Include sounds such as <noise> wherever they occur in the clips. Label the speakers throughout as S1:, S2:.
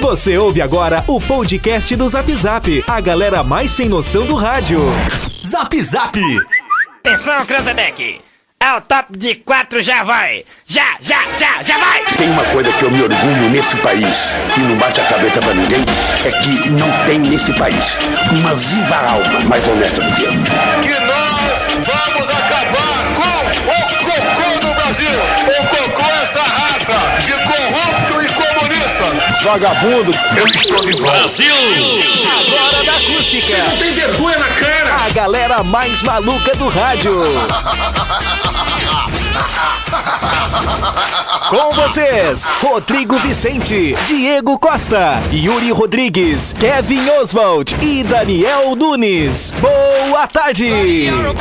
S1: Você ouve agora o podcast do Zap Zap, a galera mais sem noção do rádio.
S2: Zap Zap!
S3: Atenção, Cranzebeck! É o top de quatro, já vai! Já, já, já, já vai!
S4: Tem uma coisa que eu me orgulho neste país e não bate a cabeça pra ninguém, é que não tem neste país uma viva alma mais honesta do que eu.
S5: que nós vamos acabar com o cocô do Brasil. O cocô é essa raça de corrupto e comunista.
S4: Vagabundo,
S5: Eu estou de volta.
S1: Agora da acústica,
S5: Tem vergonha na cara.
S1: a galera mais maluca do rádio. Com vocês, Rodrigo Vicente, Diego Costa, Yuri Rodrigues, Kevin Oswald e Daniel Nunes. Boa tarde!
S6: Boa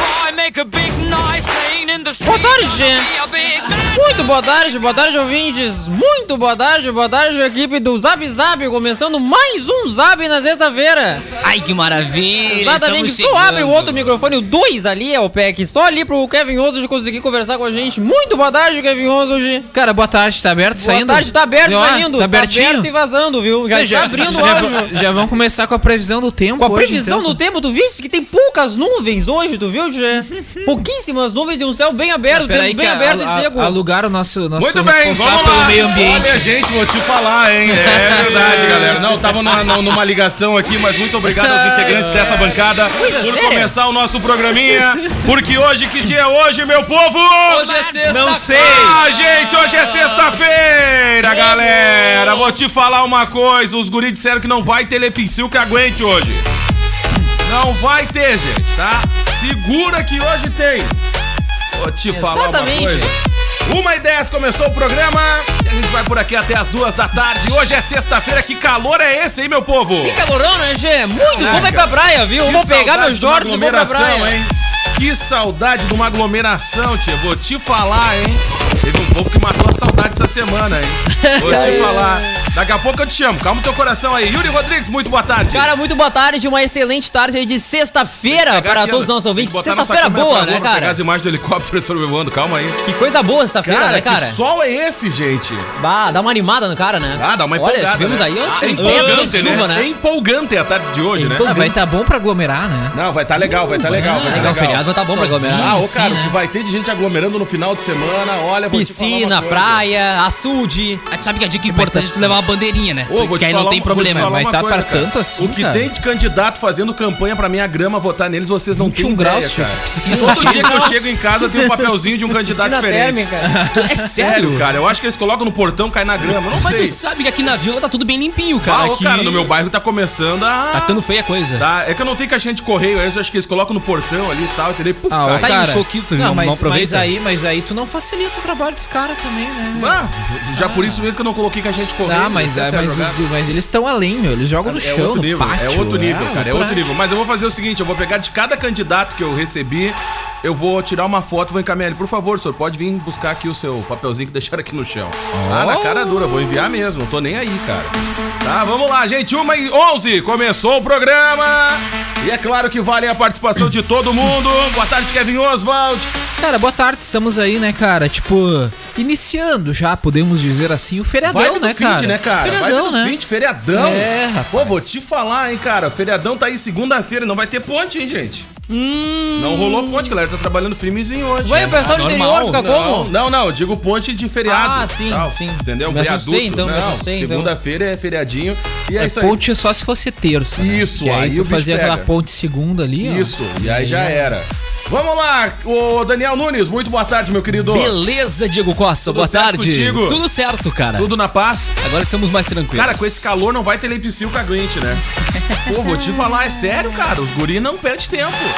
S6: tarde. Muito boa tarde, boa tarde, ouvintes. Muito boa tarde, boa tarde, equipe do Zap Zap. Começando mais um Zap na sexta-feira.
S2: Ai, que maravilha!
S6: Exatamente,
S2: estamos
S6: só abre o
S2: chegando.
S6: outro microfone, o 2 ali é o PEC. Só ali pro Kevin Oswald conseguir conversar com a gente. Muito boa tarde, Kevin Oswald.
S7: Cara, boa tarde, tá aberto
S6: Boa
S7: saindo?
S6: tarde, tá aberto
S7: Ó,
S6: saindo.
S7: Tá
S6: aberto e
S7: abertinho?
S6: vazando, viu? Já, está abrindo o
S7: já,
S6: áudio.
S7: va- já vamos começar com a previsão do tempo
S6: Com a
S7: hoje,
S6: previsão
S7: então.
S6: do tempo, tu viste que tem poucas nuvens hoje, tu viu,
S7: <laughs>
S6: Tchê? Pouquíssimas nuvens e um céu bem aberto, tempo
S7: Peraí
S6: bem
S7: que a-
S6: aberto
S7: a-
S6: e seco.
S7: Alugar o nosso, nosso
S8: Muito bem,
S7: responsável
S8: vamos
S7: pelo
S8: lá.
S7: meio ambiente.
S8: Olha, gente, vou te falar, hein? É verdade, galera. Não, tava na- na- numa ligação aqui, mas muito obrigado aos integrantes dessa bancada
S6: Coisa
S8: por
S6: séria.
S8: começar o nosso programinha. Porque hoje, que dia é hoje, meu povo?
S2: Hoje é sexta
S7: Não sei.
S8: Ah, gente, hoje é sexta-feira, galera. Vou te falar uma coisa. Os guris disseram que não vai ter lepicil que aguente hoje. Não vai ter, gente, tá? Segura que hoje tem. Vou te falar
S6: Exatamente.
S8: uma coisa. Uma e 10 começou o programa. E a gente vai por aqui até as duas da tarde. Hoje é sexta-feira. Que calor é esse, hein, meu povo?
S6: Que calorão, né, Tchê? Muito bom pra ir pra praia, viu?
S8: Que
S6: vou pegar
S8: saudade
S6: meus
S8: de uma
S6: shorts e vou pra
S8: aglomeração,
S6: praia.
S8: Hein? Que saudade de uma aglomeração, tia. Vou te falar, hein? Teve um povo que matou a saudade essa semana,
S6: <laughs>
S8: hein? Vou te falar. Daqui a pouco eu te chamo. Calma o teu coração aí. Yuri Rodrigues, muito boa tarde.
S6: Cara, muito boa tarde, uma excelente tarde aí de sexta-feira
S8: Pegar
S6: para
S8: aqui,
S6: todos os
S8: Ana.
S6: nossos ouvintes.
S8: Tem que botar nossa
S6: Sexta-feira
S8: câmera
S6: boa,
S8: pra
S6: né,
S8: rua pra Pegar
S6: cara?
S8: as imagens do helicóptero <laughs> sobrevoando. Calma aí.
S6: Que coisa boa sexta-feira, né, cara?
S8: que sol é esse, gente?
S6: Bah, dá uma animada no cara, né?
S8: Ah, dá uma empolgada.
S6: Olha, tivemos
S8: né?
S6: aí uns
S8: Ah, é
S6: 15 minutos de
S8: empolgante,
S6: chuva,
S8: né? É
S6: né?
S8: empolgante a tarde de hoje, né?
S7: Ah, vai tá bom pra aglomerar, né?
S8: Não, vai tá legal, vai tá legal. vai tá
S6: legal, o feriado vai tá bom pra aglomerar.
S8: Ah, ô
S6: Sim,
S8: cara,
S6: né?
S8: se vai ter de gente aglomerando no final de semana, olha, vou te
S6: Piscina,
S8: falar uma coisa.
S6: praia, açude.
S2: Ah, tu sabe que a dica importante é tu levar uma bandeirinha, né?
S8: Ô, vou
S2: Porque
S8: te
S2: aí
S8: falar
S2: não tem
S8: uma- vou te
S2: problema.
S8: falar
S7: vai
S8: uma
S7: tá
S8: coisa,
S7: pra
S8: cara.
S7: tanto assim,
S8: O que
S7: cara?
S8: tem de candidato fazendo campanha pra minha grama votar neles, vocês não têm
S7: 21
S8: ideia,
S7: graus,
S8: cara.
S7: cara.
S8: Todo dia que eu chego em
S6: <laughs>
S8: casa tem um papelzinho de um candidato
S6: Piscina
S8: diferente.
S6: térmica.
S2: É sério?
S8: Sério, cara, eu acho que eles colocam no portão, cai na grama, não
S2: Mas tu
S8: sei.
S2: sabe que aqui na vila tá tudo bem limpinho, cara.
S8: Ah, ô,
S2: Aqui
S8: cara, no meu bairro tá começando a...
S2: Tá ficando feia a coisa.
S8: Tá, é que eu não tenho caixinha de correio, aí eu acho que eles colocam no portão ali e tal, entendeu? Puf,
S7: Ah,
S8: cai.
S7: ó,
S2: Tá
S7: cara.
S2: em choquito, viu?
S7: não, mas,
S2: Não aproveita.
S7: mas aí, mas aí tu não facilita o trabalho dos caras também, né?
S8: Ah, já por isso mesmo que eu não coloquei caixinha de correio.
S7: Ah, mas,
S8: não sei
S7: ah,
S8: se é
S7: mas,
S8: jogar.
S7: os- mas eles estão além, meu. Eles jogam no
S8: É
S7: chão,
S8: outro
S7: no
S8: nível,
S7: pátio.
S8: é outro nível,
S7: ah,
S8: cara, é
S7: pra-
S8: outro nível. Mas eu vou fazer o seguinte, eu vou pegar de cada candidato que eu recebi, eu vou tirar uma foto, vou encaminhar ele. Por favor, senhor, pode vir buscar aqui o seu papelzinho que deixaram aqui no chão. Ah,
S7: Oh.
S8: na cara dura, eu vou enviar mesmo, não tô nem aí, cara. Tá, vamos lá, gente, uma e 11, começou o programa. E é claro que vale a participação de todo mundo. Boa tarde, Kevin Oswald.
S7: Cara, boa tarde, estamos aí, né, cara? Tipo, iniciando já, podemos dizer assim, o feriadão,
S8: Vai
S7: né, cara?
S8: né, cara?
S7: Feriadão, né?
S8: feriadão.
S7: É, rapaz.
S8: Pô, vou te falar, hein, cara. Feriadão tá aí segunda-feira, não vai ter ponte, hein, gente? Não rolou ponte, galera. Tá trabalhando firmezinho hoje. Ah,
S6: Ué, Hum. o pessoal do interior fica
S8: Não,
S6: como?
S8: não, não, eu digo ponte de feriado.
S6: Ah, sim, sim.
S8: Entendeu?
S6: Me assustei, então, me
S8: Não,
S6: assustei, então.
S8: Segunda-feira é feriadinho. E é,
S7: É
S8: isso aí.
S7: ponte só se fosse terça. né?
S8: Isso,
S7: Que aí,
S8: aí o
S7: tu
S8: bicho
S7: fazia
S8: pega.
S7: aquela ponte segunda ali, ó.
S8: Isso, e aí
S6: Uhum.
S8: já era. Vamos lá, ô Daniel Nunes, muito boa tarde, meu querido.
S2: Beleza, Diego Costa,
S8: Tudo
S2: boa
S8: certo
S2: tarde.
S8: contigo?
S2: Tudo certo, cara.
S8: Tudo na paz?
S2: Agora estamos mais tranquilos.
S8: Cara, com esse calor não vai ter leipzil pra aguente, né? Pô, vou te falar, é sério, cara. Os guri não perde tempo.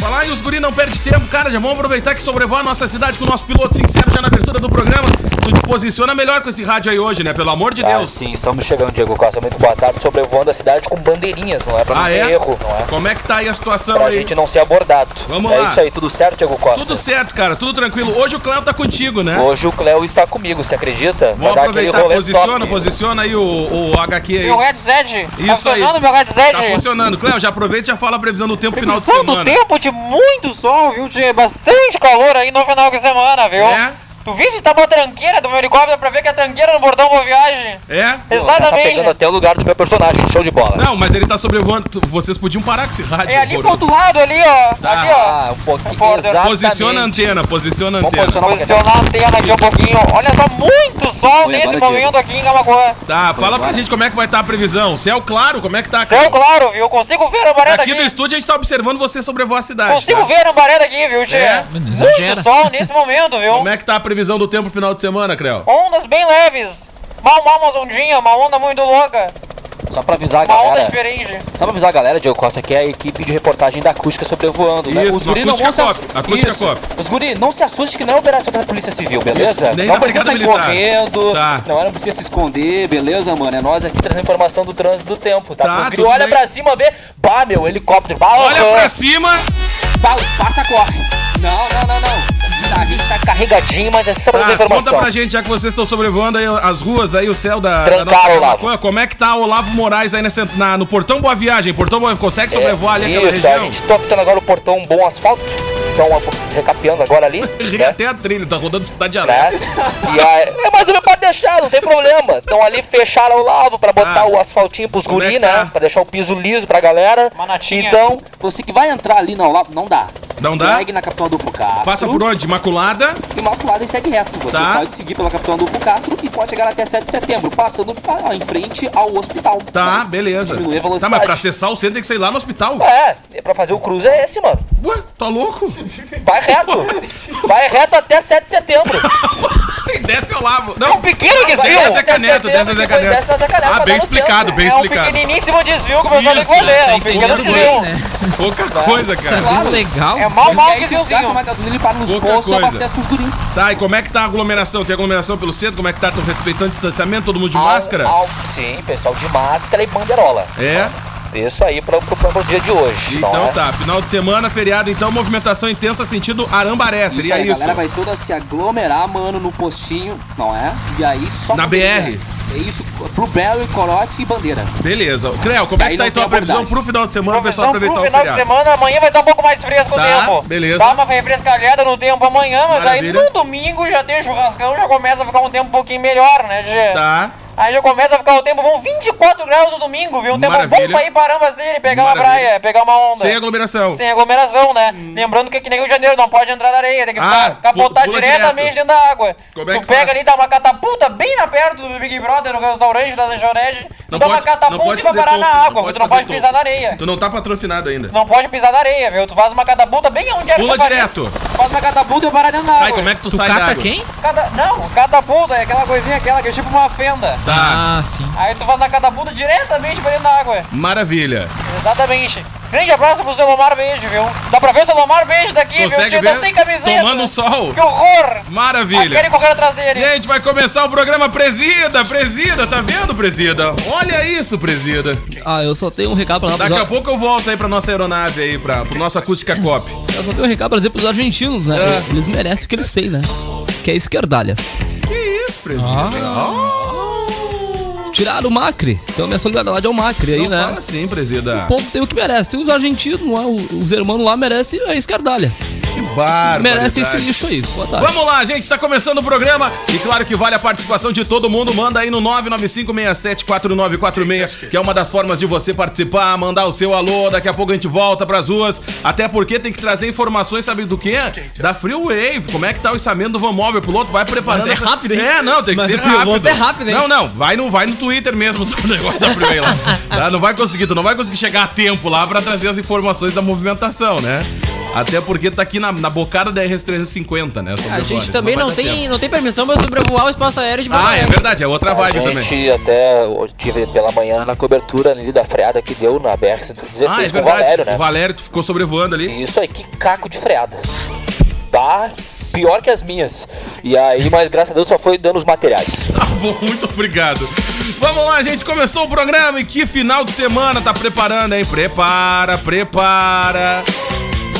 S8: Falar e os guri não perde tempo, cara. Já vamos aproveitar que sobrevoa a nossa cidade com o nosso piloto sincero já na abertura do programa. Tu te posiciona melhor com esse rádio aí hoje, né? Pelo amor de
S6: É,
S9: Ah,
S8: Deus.
S9: sim, estamos chegando, Diego Costa. Muito boa tarde. Sobrevoando a cidade com bandeirinhas, não é? Pra não
S8: Ah,
S9: ter
S8: é?
S9: erro, não é?
S8: Como é que tá aí a situação
S9: Pra
S8: aí?
S9: gente não ser abordado.
S8: Vamos
S9: é
S8: lá.
S9: isso aí, tudo certo, Diego Costa?
S8: Tudo certo, cara. Tudo tranquilo. Hoje o Cléo tá contigo, né?
S9: Hoje o Cléo está comigo, você acredita? Vai
S8: Vamos
S9: dar aquele
S8: aproveitar.
S9: rolê
S8: Posiciona,
S9: top. é?
S8: posiciona aí o, o HQ aí.
S9: headset.
S8: Isso aí. Tá
S9: headset.
S8: funcionando. Cléo, já aproveita e já fala a previsão do tempo final de
S9: Previsão do
S8: semana.
S9: tempo de muito sol, viu? De bastante calor aí no final de semana, viu?
S8: É?
S6: Tu viste? Tava a tranqueira do meu helicóptero pra ver que a tranqueira no bordão boa viagem.
S8: É?
S9: Tá pegando
S6: Exatamente.
S9: até o lugar do meu personagem, show de bola.
S8: Não, mas ele tá sobrevoando. Tu- Vocês podiam parar com esse rádio.
S6: É ali pro
S8: horroroso.
S6: outro lado, ali, ó.
S8: Tá,
S6: Ali, ó.
S9: Ah, um pouquinho.
S6: Porra,
S9: Exatamente.
S8: Posiciona a antena, posiciona a
S9: Vamos
S8: antena.
S9: posicionar o
S6: Posicionar a antena aqui um pouquinho. Olha só, muito sol
S9: Olha,
S6: nesse
S9: agora,
S6: momento aqui em Camacuã.
S8: Tá, fala pra gente como é que vai estar a previsão. Céu claro, como é que tá?
S6: Céu claro, viu? Consigo ver a namorada
S8: Aqui
S6: aqui.
S8: no estúdio a gente tá observando você sobrevoar a cidade.
S6: Consigo
S8: tá?
S6: ver a namorada aqui, viu, Tchê?
S8: É,
S7: não
S6: muito
S7: exagera.
S6: sol nesse momento, viu?
S8: <laughs> Como é que tá a previsão do tempo pro final de semana, Creu?
S6: Ondas bem leves. Mal, mal, umas ondinhas, uma onda muito louca.
S9: Só pra avisar a
S6: Uma onda
S9: galera.
S6: diferente.
S9: Só Tá pra avisar a galera, Diego Costa, que é a equipe de reportagem da acústica sobrevoando, né?
S8: Isso,
S9: Os guri não vão
S8: Acústica
S9: se ass-
S8: Cop, Acústica
S9: Isso.
S8: Cop.
S9: Os guri, não se assuste que não é operação da Polícia Civil, beleza?
S8: Isso, nem
S9: não
S8: da
S9: precisa sair
S8: Brigada Militar.
S9: correndo,
S8: Tá.
S9: não era precisa se esconder, beleza, mano? É nós aqui trazendo informação do trânsito do tempo, tá?
S8: Tá,
S9: os guri
S8: tudo
S9: olha
S8: bem.
S9: pra cima, vê, bah, meu, helicóptero, bah,
S8: Olha
S9: aham,
S8: pra cima!
S9: bah, passa, corre. Não, não, não, não. A gente tá carregadinho, mas é só pra
S8: Tá,
S9: dar
S8: conta
S9: informação.
S8: pra gente, já que vocês estão sobrevoando aí as ruas, aí o céu da, da
S9: Trancaram,
S8: nossa
S9: Olavo.
S8: Camaquã, Como é que tá o Olavo Moraes aí nessa, na- no Portão Boa Viagem? Portão Boa consegue sobrevoar é ali aquela
S9: É, Isso, a
S8: região?
S9: gente tá precisando agora o portão bom asfalto. Então, recapeando
S8: <laughs>
S9: agora ali.
S8: Ri
S9: né?
S8: até a trilha, tá rodando cidade de
S9: né?
S8: aranha.
S9: E aí, é, mas meu pode deixar, não tem problema. Então ali fecharam o lado pra botar
S8: Ah.
S9: o asfaltinho pros
S8: Como é
S9: guri,
S8: que tá?
S9: né? Pra deixar o piso liso pra galera.
S6: Uma notinha.
S9: Então, você que vai entrar ali não lado, não dá.
S8: Não dá?
S9: Segue na Capitão Adolfo Castro.
S8: Passa por onde? Imaculada?
S9: Imaculado e segue reto. Você
S8: Tá.
S9: pode seguir pela Capitão Adolfo Castro e pode chegar até 7 de setembro, passando pra- em frente ao hospital.
S8: Tá,
S9: Mas
S8: beleza.
S9: Diminuir a
S8: Tá,
S9: velocidade.
S8: mas pra acessar o centro tem que sair lá no hospital.
S9: É, é pra fazer o cruze é esse, mano.
S8: Ué, tá
S9: <laughs>
S8: louco?
S9: Vai
S8: <laughs>
S9: reto. Vai reto até 7 de setembro.
S8: desce o Olavo.
S6: É um
S8: Não,
S6: pequeno
S8: Vai,
S6: desvio.
S8: desce é a
S9: é
S8: caneto, desce a caneto.
S9: Desce na Zeca Neto
S8: Ah,
S9: pra
S8: bem
S9: dar um
S8: explicado,
S9: centro.
S8: bem
S6: É um
S8: explicado.
S6: pequeníssimo desvio que o pessoal tem que
S8: Isso,
S6: fazer. É
S8: tá
S6: um pequeno
S8: entendendo
S6: desvio.
S8: bem, Pouca coisa,
S2: Tá
S8: cara.
S7: Sabia legal.
S6: É mal, mal que
S9: Gasta
S6: desviozinho.
S9: mais gasolina e para nos
S8: Pouca
S9: postos e
S8: coisa.
S9: abastece com os gurinhos.
S8: Tá, e como é que tá a aglomeração? Tem aglomeração pelo centro? Como é que tá? Tô respeitando o distanciamento, todo mundo de máscara?
S9: Ao- ao- sim, pessoal de máscara e banderola.
S8: É?
S9: Isso aí para o dia de hoje.
S8: Então
S9: né?
S8: tá, final de semana, feriado, então movimentação intensa sentido Arambaré,
S9: Isso
S8: seria
S9: aí, a
S8: isso.
S9: galera vai toda se aglomerar, mano, no postinho, não é? E aí só.
S8: Na
S9: com bandeira.
S8: BR.
S9: É isso, Bluebell, Corote e Bandeira.
S8: Beleza. Creu, como
S9: E
S8: é
S9: aí
S8: que tá
S9: não
S8: então
S9: tem
S8: a previsão
S9: abordagem.
S8: pro final de semana, o pessoal
S6: Provisão pro
S8: aproveitar o
S6: um final de
S8: feriado?
S6: semana, amanhã vai estar um pouco mais fresco o
S8: Tá,
S6: tempo.
S8: beleza.
S6: Dá uma refrescalhada no tempo amanhã, mas
S8: Maravilha.
S6: aí no domingo já tem churrascão, já começa a ficar um tempo um pouquinho melhor, né, Gê?
S8: Tá.
S6: Aí já começa a ficar o tempo bom, 24 graus no domingo, viu? Um tempo
S8: Maravilha.
S6: bom pra ir pra Arambacine, pegar uma
S8: Maravilha.
S6: praia, pegar uma onda.
S8: Sem aglomeração. Hum.
S6: Sem aglomeração, né? Lembrando que aqui no Rio de Janeiro não pode entrar na areia, tem que
S8: Ah,
S6: ficar, capotar
S8: pu- pula
S6: diretamente
S8: direto.
S6: dentro da água.
S8: Como é
S6: tu
S8: que
S6: pega
S8: faz?
S6: ali, dá uma catapulta bem na perna do Big Brother, no restaurante, da lanchonete, tu
S8: Não
S6: dá uma
S8: pode- não
S6: catapulta
S8: pode
S6: e Então vai parar
S8: fazer topo,
S6: na
S8: não
S6: água,
S8: pode
S6: tu não
S8: fazer
S6: pode pisar
S8: topo.
S6: na areia.
S8: Tu não tá patrocinado ainda.
S6: Tu não pode pisar na areia, viu? Tu faz uma catapulta bem onde é que
S8: Pula
S6: tu aparece.
S8: direto.
S6: Faz uma catapulta e para dentro da água.
S8: Ai, como é que tu,
S7: Tu
S8: sai da
S7: cata
S8: água?
S7: quem?
S6: Cada- Não, catapulta é aquela coisinha aquela que é tipo uma fenda.
S8: Tá,
S7: Ah, sim.
S6: Aí tu faz uma catapulta diretamente pra dentro da água.
S8: maravilha.
S6: Exatamente. Grande abraço pro seu Lomar Beijo, viu? Dá pra ver o seu Lomar Beijo daqui,
S8: Consegue
S6: viu? Tá sem
S8: ver?
S6: camiseta.
S8: Tomando um sol.
S6: Que horror!
S8: Maravilha.
S6: Querem correr atrás dele.
S8: E a gente vai começar o programa Presida, Presida, tá vendo, Presida? Olha isso, Presida.
S2: Ah, eu só tenho um recado pra dar
S8: Daqui a
S2: pros...
S8: pouco eu volto aí pra nossa aeronave aí, pra, pro nosso Acústica Cop.
S2: Eu só tenho um recado pra dizer pros argentinos, né?
S8: É.
S2: Eles merecem o que eles têm, né? Que é esquerdalha.
S8: Que isso, Presida? Ah. Oh.
S2: Tiraram o Macri. Então minha solidariedade ao Macri aí,
S8: Não
S2: né?
S8: fala assim, Presida.
S2: O povo tem o que merece. Os argentinos, lá, os irmãos lá merecem a esquerdalha.
S8: Que barba.
S2: Merecem esse lixo aí. Boa tarde.
S8: Vamos lá, gente, está começando o programa e claro que vale a participação de todo mundo. Manda aí no 995674946, que é uma das formas de você participar, mandar o seu alô, daqui a pouco a gente volta pras ruas. Até porque tem que trazer informações, sabe do quê? Da Free Wave, como é que tá o içamento do Van Móvel, o piloto vai preparando.
S2: Mas é rápido, hein?
S8: É, não, tem que
S2: Mas
S8: ser
S2: o piloto
S8: rápido.
S2: é rápido, hein?
S8: Não, não, vai no, vai no Twitter mesmo <laughs> do negócio da Free Wave lá. Tá? Não vai conseguir, tu não vai conseguir chegar a tempo lá pra trazer as informações da movimentação, né? Até porque tá aqui na, na bocada da RS350, né?
S6: A
S8: Sobrevoa,
S6: gente
S8: né?
S6: também não,
S8: vai dar tempo.
S6: tem, não tem permissão pra sobrevoar o espaço aéreo de Porto
S8: Ah, é
S6: Alegre.
S8: verdade, é outra
S9: A
S8: vibe também.
S9: gente até eu tive pela manhã na cobertura ali da freada que deu na BR-116
S8: Ah, é
S9: com
S8: verdade.
S9: o Valério, né?
S8: O Valério tu ficou sobrevoando ali. <laughs>
S9: Isso aí, que caco de freada. Tá pior que as minhas. E aí, mas graças a Deus só foi dando os materiais.
S8: Tá bom, muito obrigado. Vamos lá, gente, começou o programa e que final de semana tá preparando, hein? Prepara, prepara.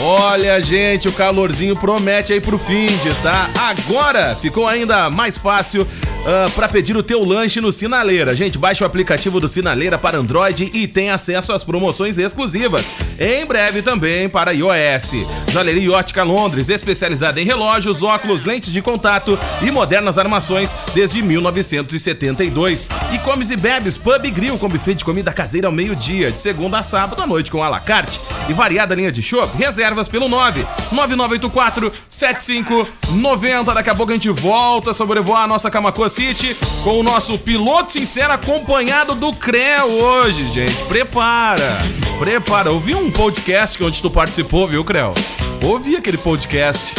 S8: Olha, gente, o calorzinho promete aí pro fim de, tá? Agora ficou ainda mais fácil ah, pra pedir o teu lanche no Sinaleira. Gente, baixe o aplicativo do Sinaleira para Android e tem acesso às promoções exclusivas. Em breve também para iOS. Joalheria Ótica Londres, especializada em relógios, óculos, lentes de contato e modernas armações desde 1972. E comes e bebes, pub e grill com buffet de comida caseira ao meio-dia, de segunda a sábado à noite com alacarte e variada linha de chopp. Reservas pelo 9 9984 7590. Daqui a pouco a gente volta a sobrevoar a nossa Camacô City com o nosso piloto sincero acompanhado do CREA hoje, gente. Prepara, prepara. Ouvi um podcast que onde tu participou, viu, Creu? Ouvi aquele podcast.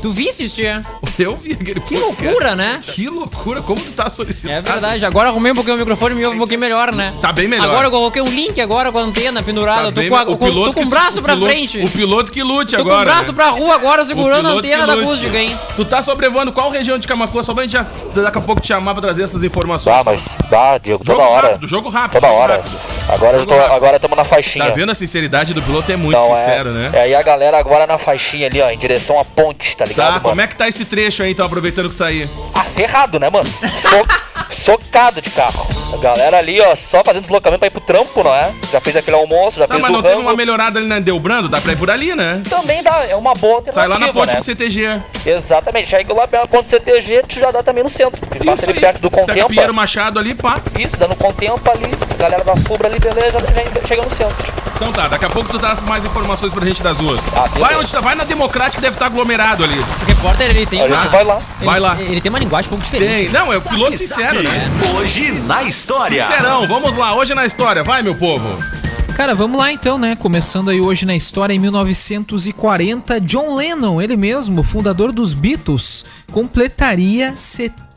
S6: Tu viste, tia?
S8: Eu vi aquele
S6: Que loucura, né?
S8: Que loucura, como tu tá solicitando.
S6: É verdade, agora arrumei um pouquinho o microfone e me ouve um pouquinho melhor, né?
S8: Tá bem melhor.
S6: Agora eu coloquei um link agora com a antena pendurada,
S8: Tá
S6: tô,
S8: bem,
S6: com a-
S8: o
S6: com-
S8: piloto
S6: tô com
S8: que-
S6: o braço pra
S8: piloto-
S6: frente.
S8: O piloto que lute
S6: tô
S8: agora.
S6: com o braço
S8: né?
S6: pra rua agora, segurando a
S8: piloto
S6: antena
S8: que
S6: da
S8: lute.
S6: acústica, hein?
S8: Tu tá sobrevoando qual região de Camacô? Só pra gente já, daqui a pouco te chamar pra trazer essas informações.
S9: Ah, mas dá, Diego,
S8: Jogo
S9: toda hora.
S8: rápido, jogo rápido,
S9: Toda
S8: jogo
S9: hora.
S8: rápido.
S9: Agora
S8: Jogo
S9: eu tô-
S8: rápido.
S9: agora estamos na faixinha.
S8: Tá vendo a sinceridade do piloto? É muito
S9: Então,
S8: sincero,
S9: é,
S8: né?
S9: É, e a galera agora na faixinha ali, ó, em direção à ponte, tá ligado,
S8: Tá,
S9: mano?
S8: como é que tá esse trecho aí, então, aproveitando que tá aí?
S9: Ah, ferrado, né, mano?
S8: <laughs>
S9: So- socado de carro. A galera ali, ó, só fazendo deslocamento pra ir pro trampo, não é? Já fez aquele almoço, já
S8: Tá,
S9: fez
S8: mas
S9: o
S8: não teve uma
S9: rango.
S8: melhorada ali na Delbrando? Dá pra ir por ali, né?
S9: Também dá, é uma boa alternativa,
S8: Sai lá na ponte
S9: né?
S8: do CTG.
S9: Exatamente, já igual lá pela ponte CTG, tu já dá também no centro. Tu passa ali
S8: aí.
S9: Tá
S8: Tá
S9: perto do
S8: Pega
S9: Contempa.
S8: Pinheiro Machado ali, pá.
S9: Isso, dando Contempa ali, a galera da Fubra ali, beleza, já chega no centro.
S8: Então tá, daqui a pouco tu traz mais informações pra gente das ruas.
S9: Ah, beleza.
S8: vai onde tá, vai na Democrática, deve estar aglomerado ali.
S6: Esse repórter, ele tem
S9: Aí
S6: uma...
S9: tu vai lá.
S6: ele-
S8: Vai lá.
S6: Ele tem uma linguagem um pouco diferente.
S8: Tem. Não, é o piloto sincero, né?
S1: Hoje na história.
S8: Sincerão, vamos lá, hoje na história, vai meu povo.
S6: É.
S7: Cara, vamos lá então, né? Começando aí hoje na história, em 1940, John Lennon, ele mesmo, fundador dos Beatles, completaria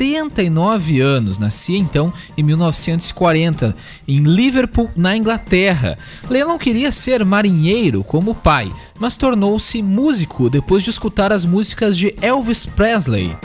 S7: 79 anos. Nascia então em 1940, em Liverpool, na Inglaterra. Lennon queria ser marinheiro como o pai, mas tornou-se músico depois de escutar as músicas de Elvis Presley.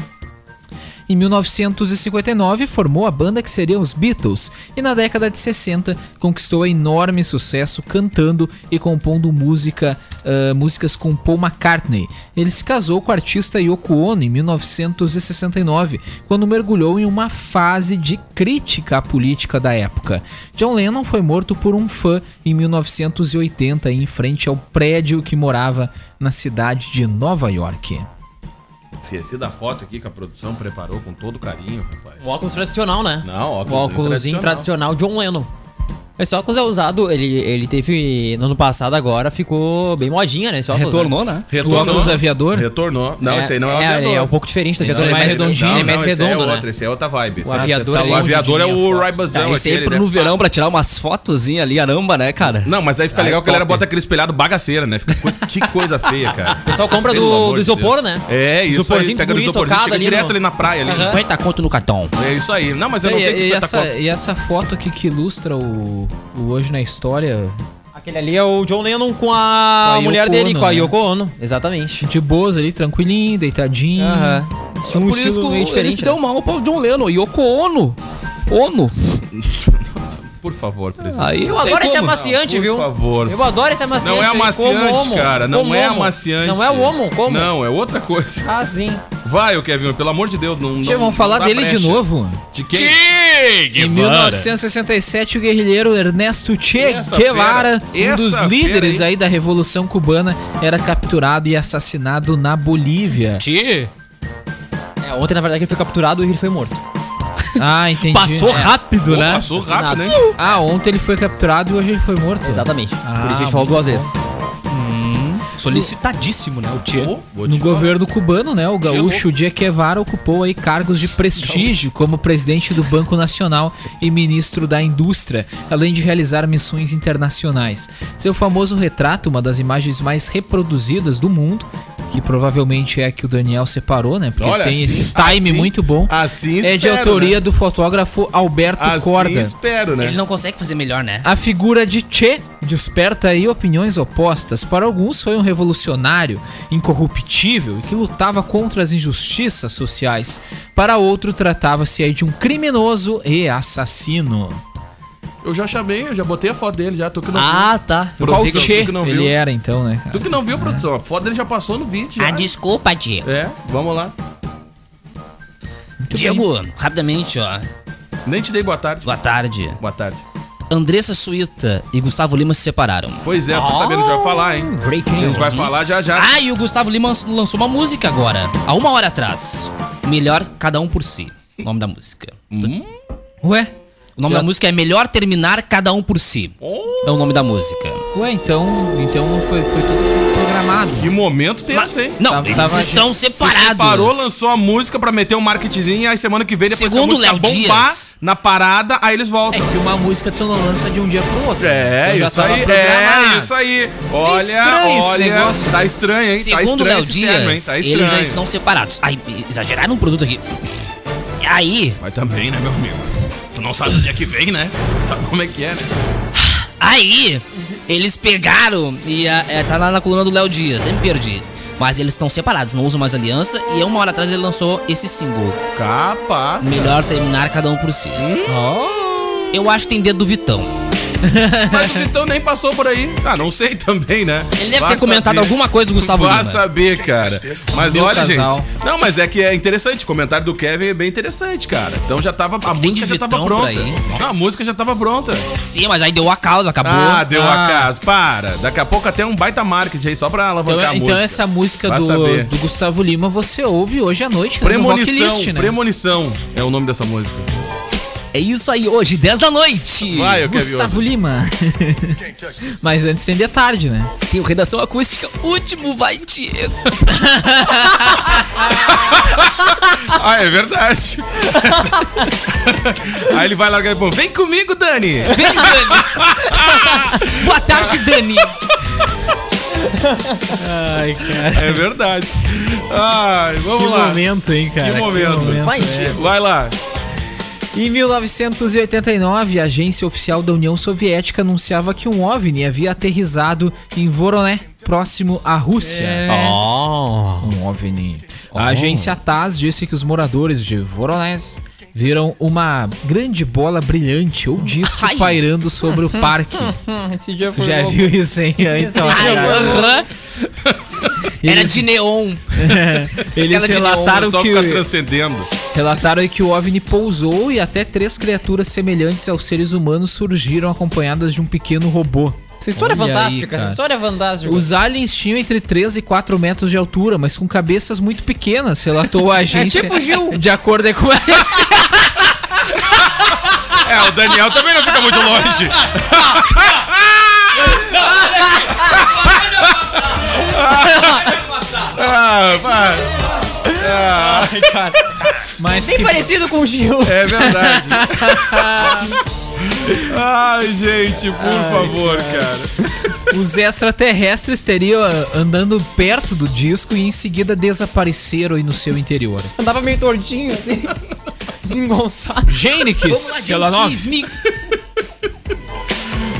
S7: Em 1959, formou a banda que seria os Beatles e na década de 60 conquistou enorme sucesso cantando e compondo música, ah, músicas com Paul McCartney. Ele se casou com o artista Yoko Ono em 1969, quando mergulhou em uma fase de crítica à política da época. John Lennon foi morto por um fã em 1980 em frente ao prédio que morava na cidade de Nova York.
S8: Esqueci da foto aqui que a produção preparou com todo carinho, rapaz.
S6: O óculos tradicional, né?
S8: Não,
S6: O óculosinho tradicional John Lennon. Esse óculos é usado, ele, ele teve no ano passado agora, ficou bem modinha, né? Esse óculos,
S2: Retornou, né?
S8: Retornou.
S7: O óculos aviador?
S8: Retornou. Não,
S6: É,
S8: esse aí não é o
S6: é,
S8: aviador.
S6: é um pouco diferente do
S8: Esse
S6: aviador,
S8: aí
S6: ele é mais
S8: não,
S6: redondinho, ele é mais
S8: não, esse aí
S6: redondo,
S8: é
S6: né?
S8: outro, esse aí é outra vibe.
S6: O aviador
S8: tá,
S6: é
S8: o
S6: longe
S8: aviador
S6: de
S8: é
S6: mim,
S8: o
S6: a foto.
S8: Raibazão
S2: Ah, esse aí
S6: é
S8: aquele,
S2: pro-
S8: né?
S2: no verão pra tirar umas fotozinhas ali, aramba, né, cara?
S8: Não, mas aí fica
S2: Ah,
S8: legal
S2: é
S8: que a galera
S2: top.
S8: bota aquele espelhado bagaceira, né? Fica co- que coisa feia, cara. O
S6: pessoal compra do- do isopor, né?
S8: É, isso aí.
S6: Isoporzinho
S8: Pega do
S6: dos guri
S8: isoporzinho,
S6: socado
S8: chega
S6: ali
S8: direto
S6: no-
S8: ali na praia. ali.
S6: Aham.
S2: 50 conto no cartão.
S8: É isso aí. Não, mas eu não
S7: e,
S8: tenho
S7: e
S8: 50
S7: essa,
S8: conto.
S7: e essa foto aqui que ilustra o, o Hoje na História,
S6: Aquele ali é o John Lennon com a,
S7: Com a
S6: mulher
S7: Yoko
S6: dele,
S7: Ono,
S6: com a
S7: né?
S6: Yoko Ono. Exatamente.
S7: de boas ali, tranquilinho, deitadinho.
S6: Aham. Tinha um
S2: Por isso
S6: estilo
S2: que
S6: meio
S2: ele
S6: diferente.
S8: né?
S6: né?
S2: se deu mal pro John Lennon. Yoko Ono. Ono.
S8: Por favor, presidente.
S2: Aí
S6: Eu
S2: não tem
S6: adoro esse
S2: como.
S6: amaciante,
S8: Por
S6: viu?
S8: favor.
S6: Eu adoro esse amaciante.
S8: Não é
S6: aí, como
S8: amaciante,
S6: homo,
S8: cara. Não
S6: como
S8: é
S6: homo.
S8: amaciante.
S6: Não é o homo, como?
S8: Não, é outra coisa. <laughs>
S6: Ah, sim.
S8: Vai, o Kevin, pelo amor de Deus. Não,
S7: Tia,
S8: não-
S7: vamos
S8: não
S7: falar
S8: dá
S7: dele de
S8: brecha.
S7: novo.
S8: De quem?
S7: Em 1967, o guerrilheiro Ernesto Che
S8: Essa
S7: Guevara,
S8: fera.
S7: um dos
S8: Essa
S7: líderes
S8: fera,
S7: aí da Revolução Cubana, era capturado e assassinado na Bolívia.
S2: Ti.
S6: É, ontem, na verdade, ele foi capturado e ele foi morto.
S7: Ah, entendi.
S2: Passou rápido,
S8: Pô,
S2: né?
S8: Passou rápido, né?
S7: Ah, ontem ele foi capturado e hoje ele foi morto. Ah,
S6: Exatamente. Por isso que a
S7: muito
S6: gente falou duas
S7: bom.
S6: vezes.
S8: Hum.
S2: Solicitadíssimo, né? O Tchê.
S8: Pô, vou
S7: No
S8: te falar.
S7: governo cubano, né, o
S8: é
S7: gaúcho Che Guevara ocupou aí cargos de prestígio como presidente do Banco Nacional e ministro da Indústria, além de realizar missões internacionais. Seu famoso retrato, uma das imagens mais reproduzidas do mundo, que provavelmente é a que o Daniel separou, né, porque
S8: Olha,
S7: tem
S8: assim-
S7: esse time
S8: assim-
S7: muito bom,
S8: assim
S7: é de
S8: espero,
S7: autoria do fotógrafo Alberto
S8: Assim
S7: Corda.
S8: espero, né?
S2: Ele não consegue fazer melhor, né?
S7: A figura de Che desperta aí opiniões opostas. Para alguns foi um revolucionário incorruptível e que lutava contra as injustiças sociais. Para outro tratava-se aí de um criminoso e assassino.
S8: Eu já chamei, eu já botei a foto dele, já tô que não
S2: Ah, tá.
S8: Por um
S7: Qual
S8: você que- você
S7: Che
S8: que não viu.
S7: ele era então, né? cara?
S8: Tu que não viu, produção, a
S6: Ah,
S2: Ah,
S8: foto dele já passou no vídeo. já.
S2: desculpa, Tchê.
S8: É, vamos lá.
S7: Muito bem.
S2: Diego, rapidamente, ó.
S8: Nem te dei boa tarde.
S2: Boa tarde.
S8: Boa tarde.
S2: Andressa Suíta e Gustavo Lima se separaram.
S8: Pois é, eu tô sabendo, já vai falar, hein?
S2: Breaking
S8: A gente vai falar já já.
S2: Ah, e o Gustavo Lima lançou uma música agora, há uma hora atrás. Melhor cada um por si. O nome da música.
S7: Ué?
S2: O nome
S7: Já-
S2: da música é Melhor Terminar Cada Um por Si.
S8: Oh,
S2: É o nome da música.
S7: Ué, então, então foi, foi tudo programado.
S8: Que momento tenso, hein?
S2: Não,
S7: Tava-
S2: eles
S7: tava-
S2: estão separados.
S8: Se separou, lançou a música pra meter um marketzinho e aí semana que vem depois que a
S2: Segundo
S8: música
S2: Léo
S8: bombar
S2: Dias.
S8: na parada, aí eles
S7: É
S8: voltam.
S7: que uma música tu não lança de um dia pro outro.
S8: É,
S7: Então já
S8: isso
S7: tava
S8: aí,
S7: programado.
S8: é isso aí. Olha,
S7: estranho esse
S8: olha,
S7: negócio.
S8: tá estranho, hein?
S2: Segundo
S8: tá estranho
S2: Léo
S8: esse termo, hein?
S2: Dias,
S8: Tá estranho.
S2: eles já estão separados. Ai, exageraram um produto aqui. Aí,
S8: Mas também, né, meu amigo? Tu não sabe onde é que vem, né? Sabe como é que é, né?
S2: Aí, eles pegaram e ah, é, tá lá na coluna do Léo Dias, até me perdi. Mas eles estão separados, não usam mais aliança. E uma hora atrás ele lançou esse single:
S8: Capaz.
S2: Melhor terminar cada um por si.
S7: Oh.
S2: Eu acho que tem dedo do Vitão.
S8: Mas o Vitão nem passou por aí. Ah, não sei também, né?
S2: Ele deve
S8: Vá
S2: ter comentado
S8: saber.
S2: alguma coisa do Gustavo
S8: Vá
S2: Lima.
S8: saber, cara. Mas
S7: Meu
S8: olha,
S7: casal.
S8: gente. Não, mas é que é interessante. O comentário do Kevin é bem interessante, cara. Então já tava. A música já
S2: Vitão
S8: tava
S2: por
S8: pronta.
S2: aí?
S8: Não, a música já tava pronta.
S2: Sim, mas aí deu a causa, acabou.
S8: Ah, deu
S7: Ah.
S8: a casa. Para. Daqui a pouco até um baita marketing aí só pra
S7: Então,
S8: alavancar a música.
S7: então essa música
S8: Vai
S7: do,
S8: saber.
S7: do Gustavo Lima você ouve hoje à noite né, no
S8: Premonição.
S7: Rocklist, né?
S8: Premonição é o nome dessa música.
S2: É isso aí, hoje, 10 da noite.
S8: Vai, eu quero
S7: Gustavo
S8: <laughs>
S7: Lima. Mas antes tem de tarde, né?
S2: Tem o Redação Acústica, último vai, Diego.
S8: Ah, é
S7: <laughs>
S8: verdade. aí ele vai largar e pô, vem comigo, Dani.
S2: Vem, Dani.
S7: <laughs>
S2: Boa tarde, Dani.
S8: É verdade. Ai, vamos lá.
S7: momento, hein, cara? é.
S8: Que momento. é.
S7: Vai,
S8: Vai lá.
S7: Em 1989, a agência oficial da União Soviética anunciava que um OVNI havia aterrissado em Voroné, próximo à Rússia. É. Um OVNI. A agência TASS disse que os moradores de Voronezh viram uma grande bola brilhante ou disco
S2: Ai.
S7: pairando sobre o parque.
S6: Esse dia
S7: Tu
S6: foi
S7: já
S6: louco.
S7: viu isso, hein? Então,
S2: Ai, aham. Era de neon.
S7: eles
S2: Aquela de
S7: relataram
S8: Só
S7: que,
S8: ficar transcendendo.
S7: relataram que o OVNI pousou e até três criaturas semelhantes aos seres humanos surgiram acompanhadas de um pequeno robô.
S6: Essa história
S7: Olha
S6: é
S7: aí,
S6: fantástica.
S7: cara.
S6: essa história é fantástica.
S7: Os aliens tinham entre 3 e 4 metros de altura, mas com cabeças muito pequenas, relatou
S6: <laughs>
S7: a agência.
S6: tipo
S7: <laughs>
S6: Gil.
S7: De acordo
S6: <laughs>
S7: aí com a
S8: É, o Daniel também não fica
S7: <laughs>
S8: muito longe. ah, vai.
S7: Mas
S6: Bem
S7: que-
S6: parecido com o Gil.
S8: É verdade. Ai, gente, por favor, cara.
S7: os extraterrestres teriam ah, andando perto do disco e em seguida desapareceram aí no seu interior.
S6: Andava meio tortinho, assim. Desengonçado.
S7: Genix, sela 9.
S2: me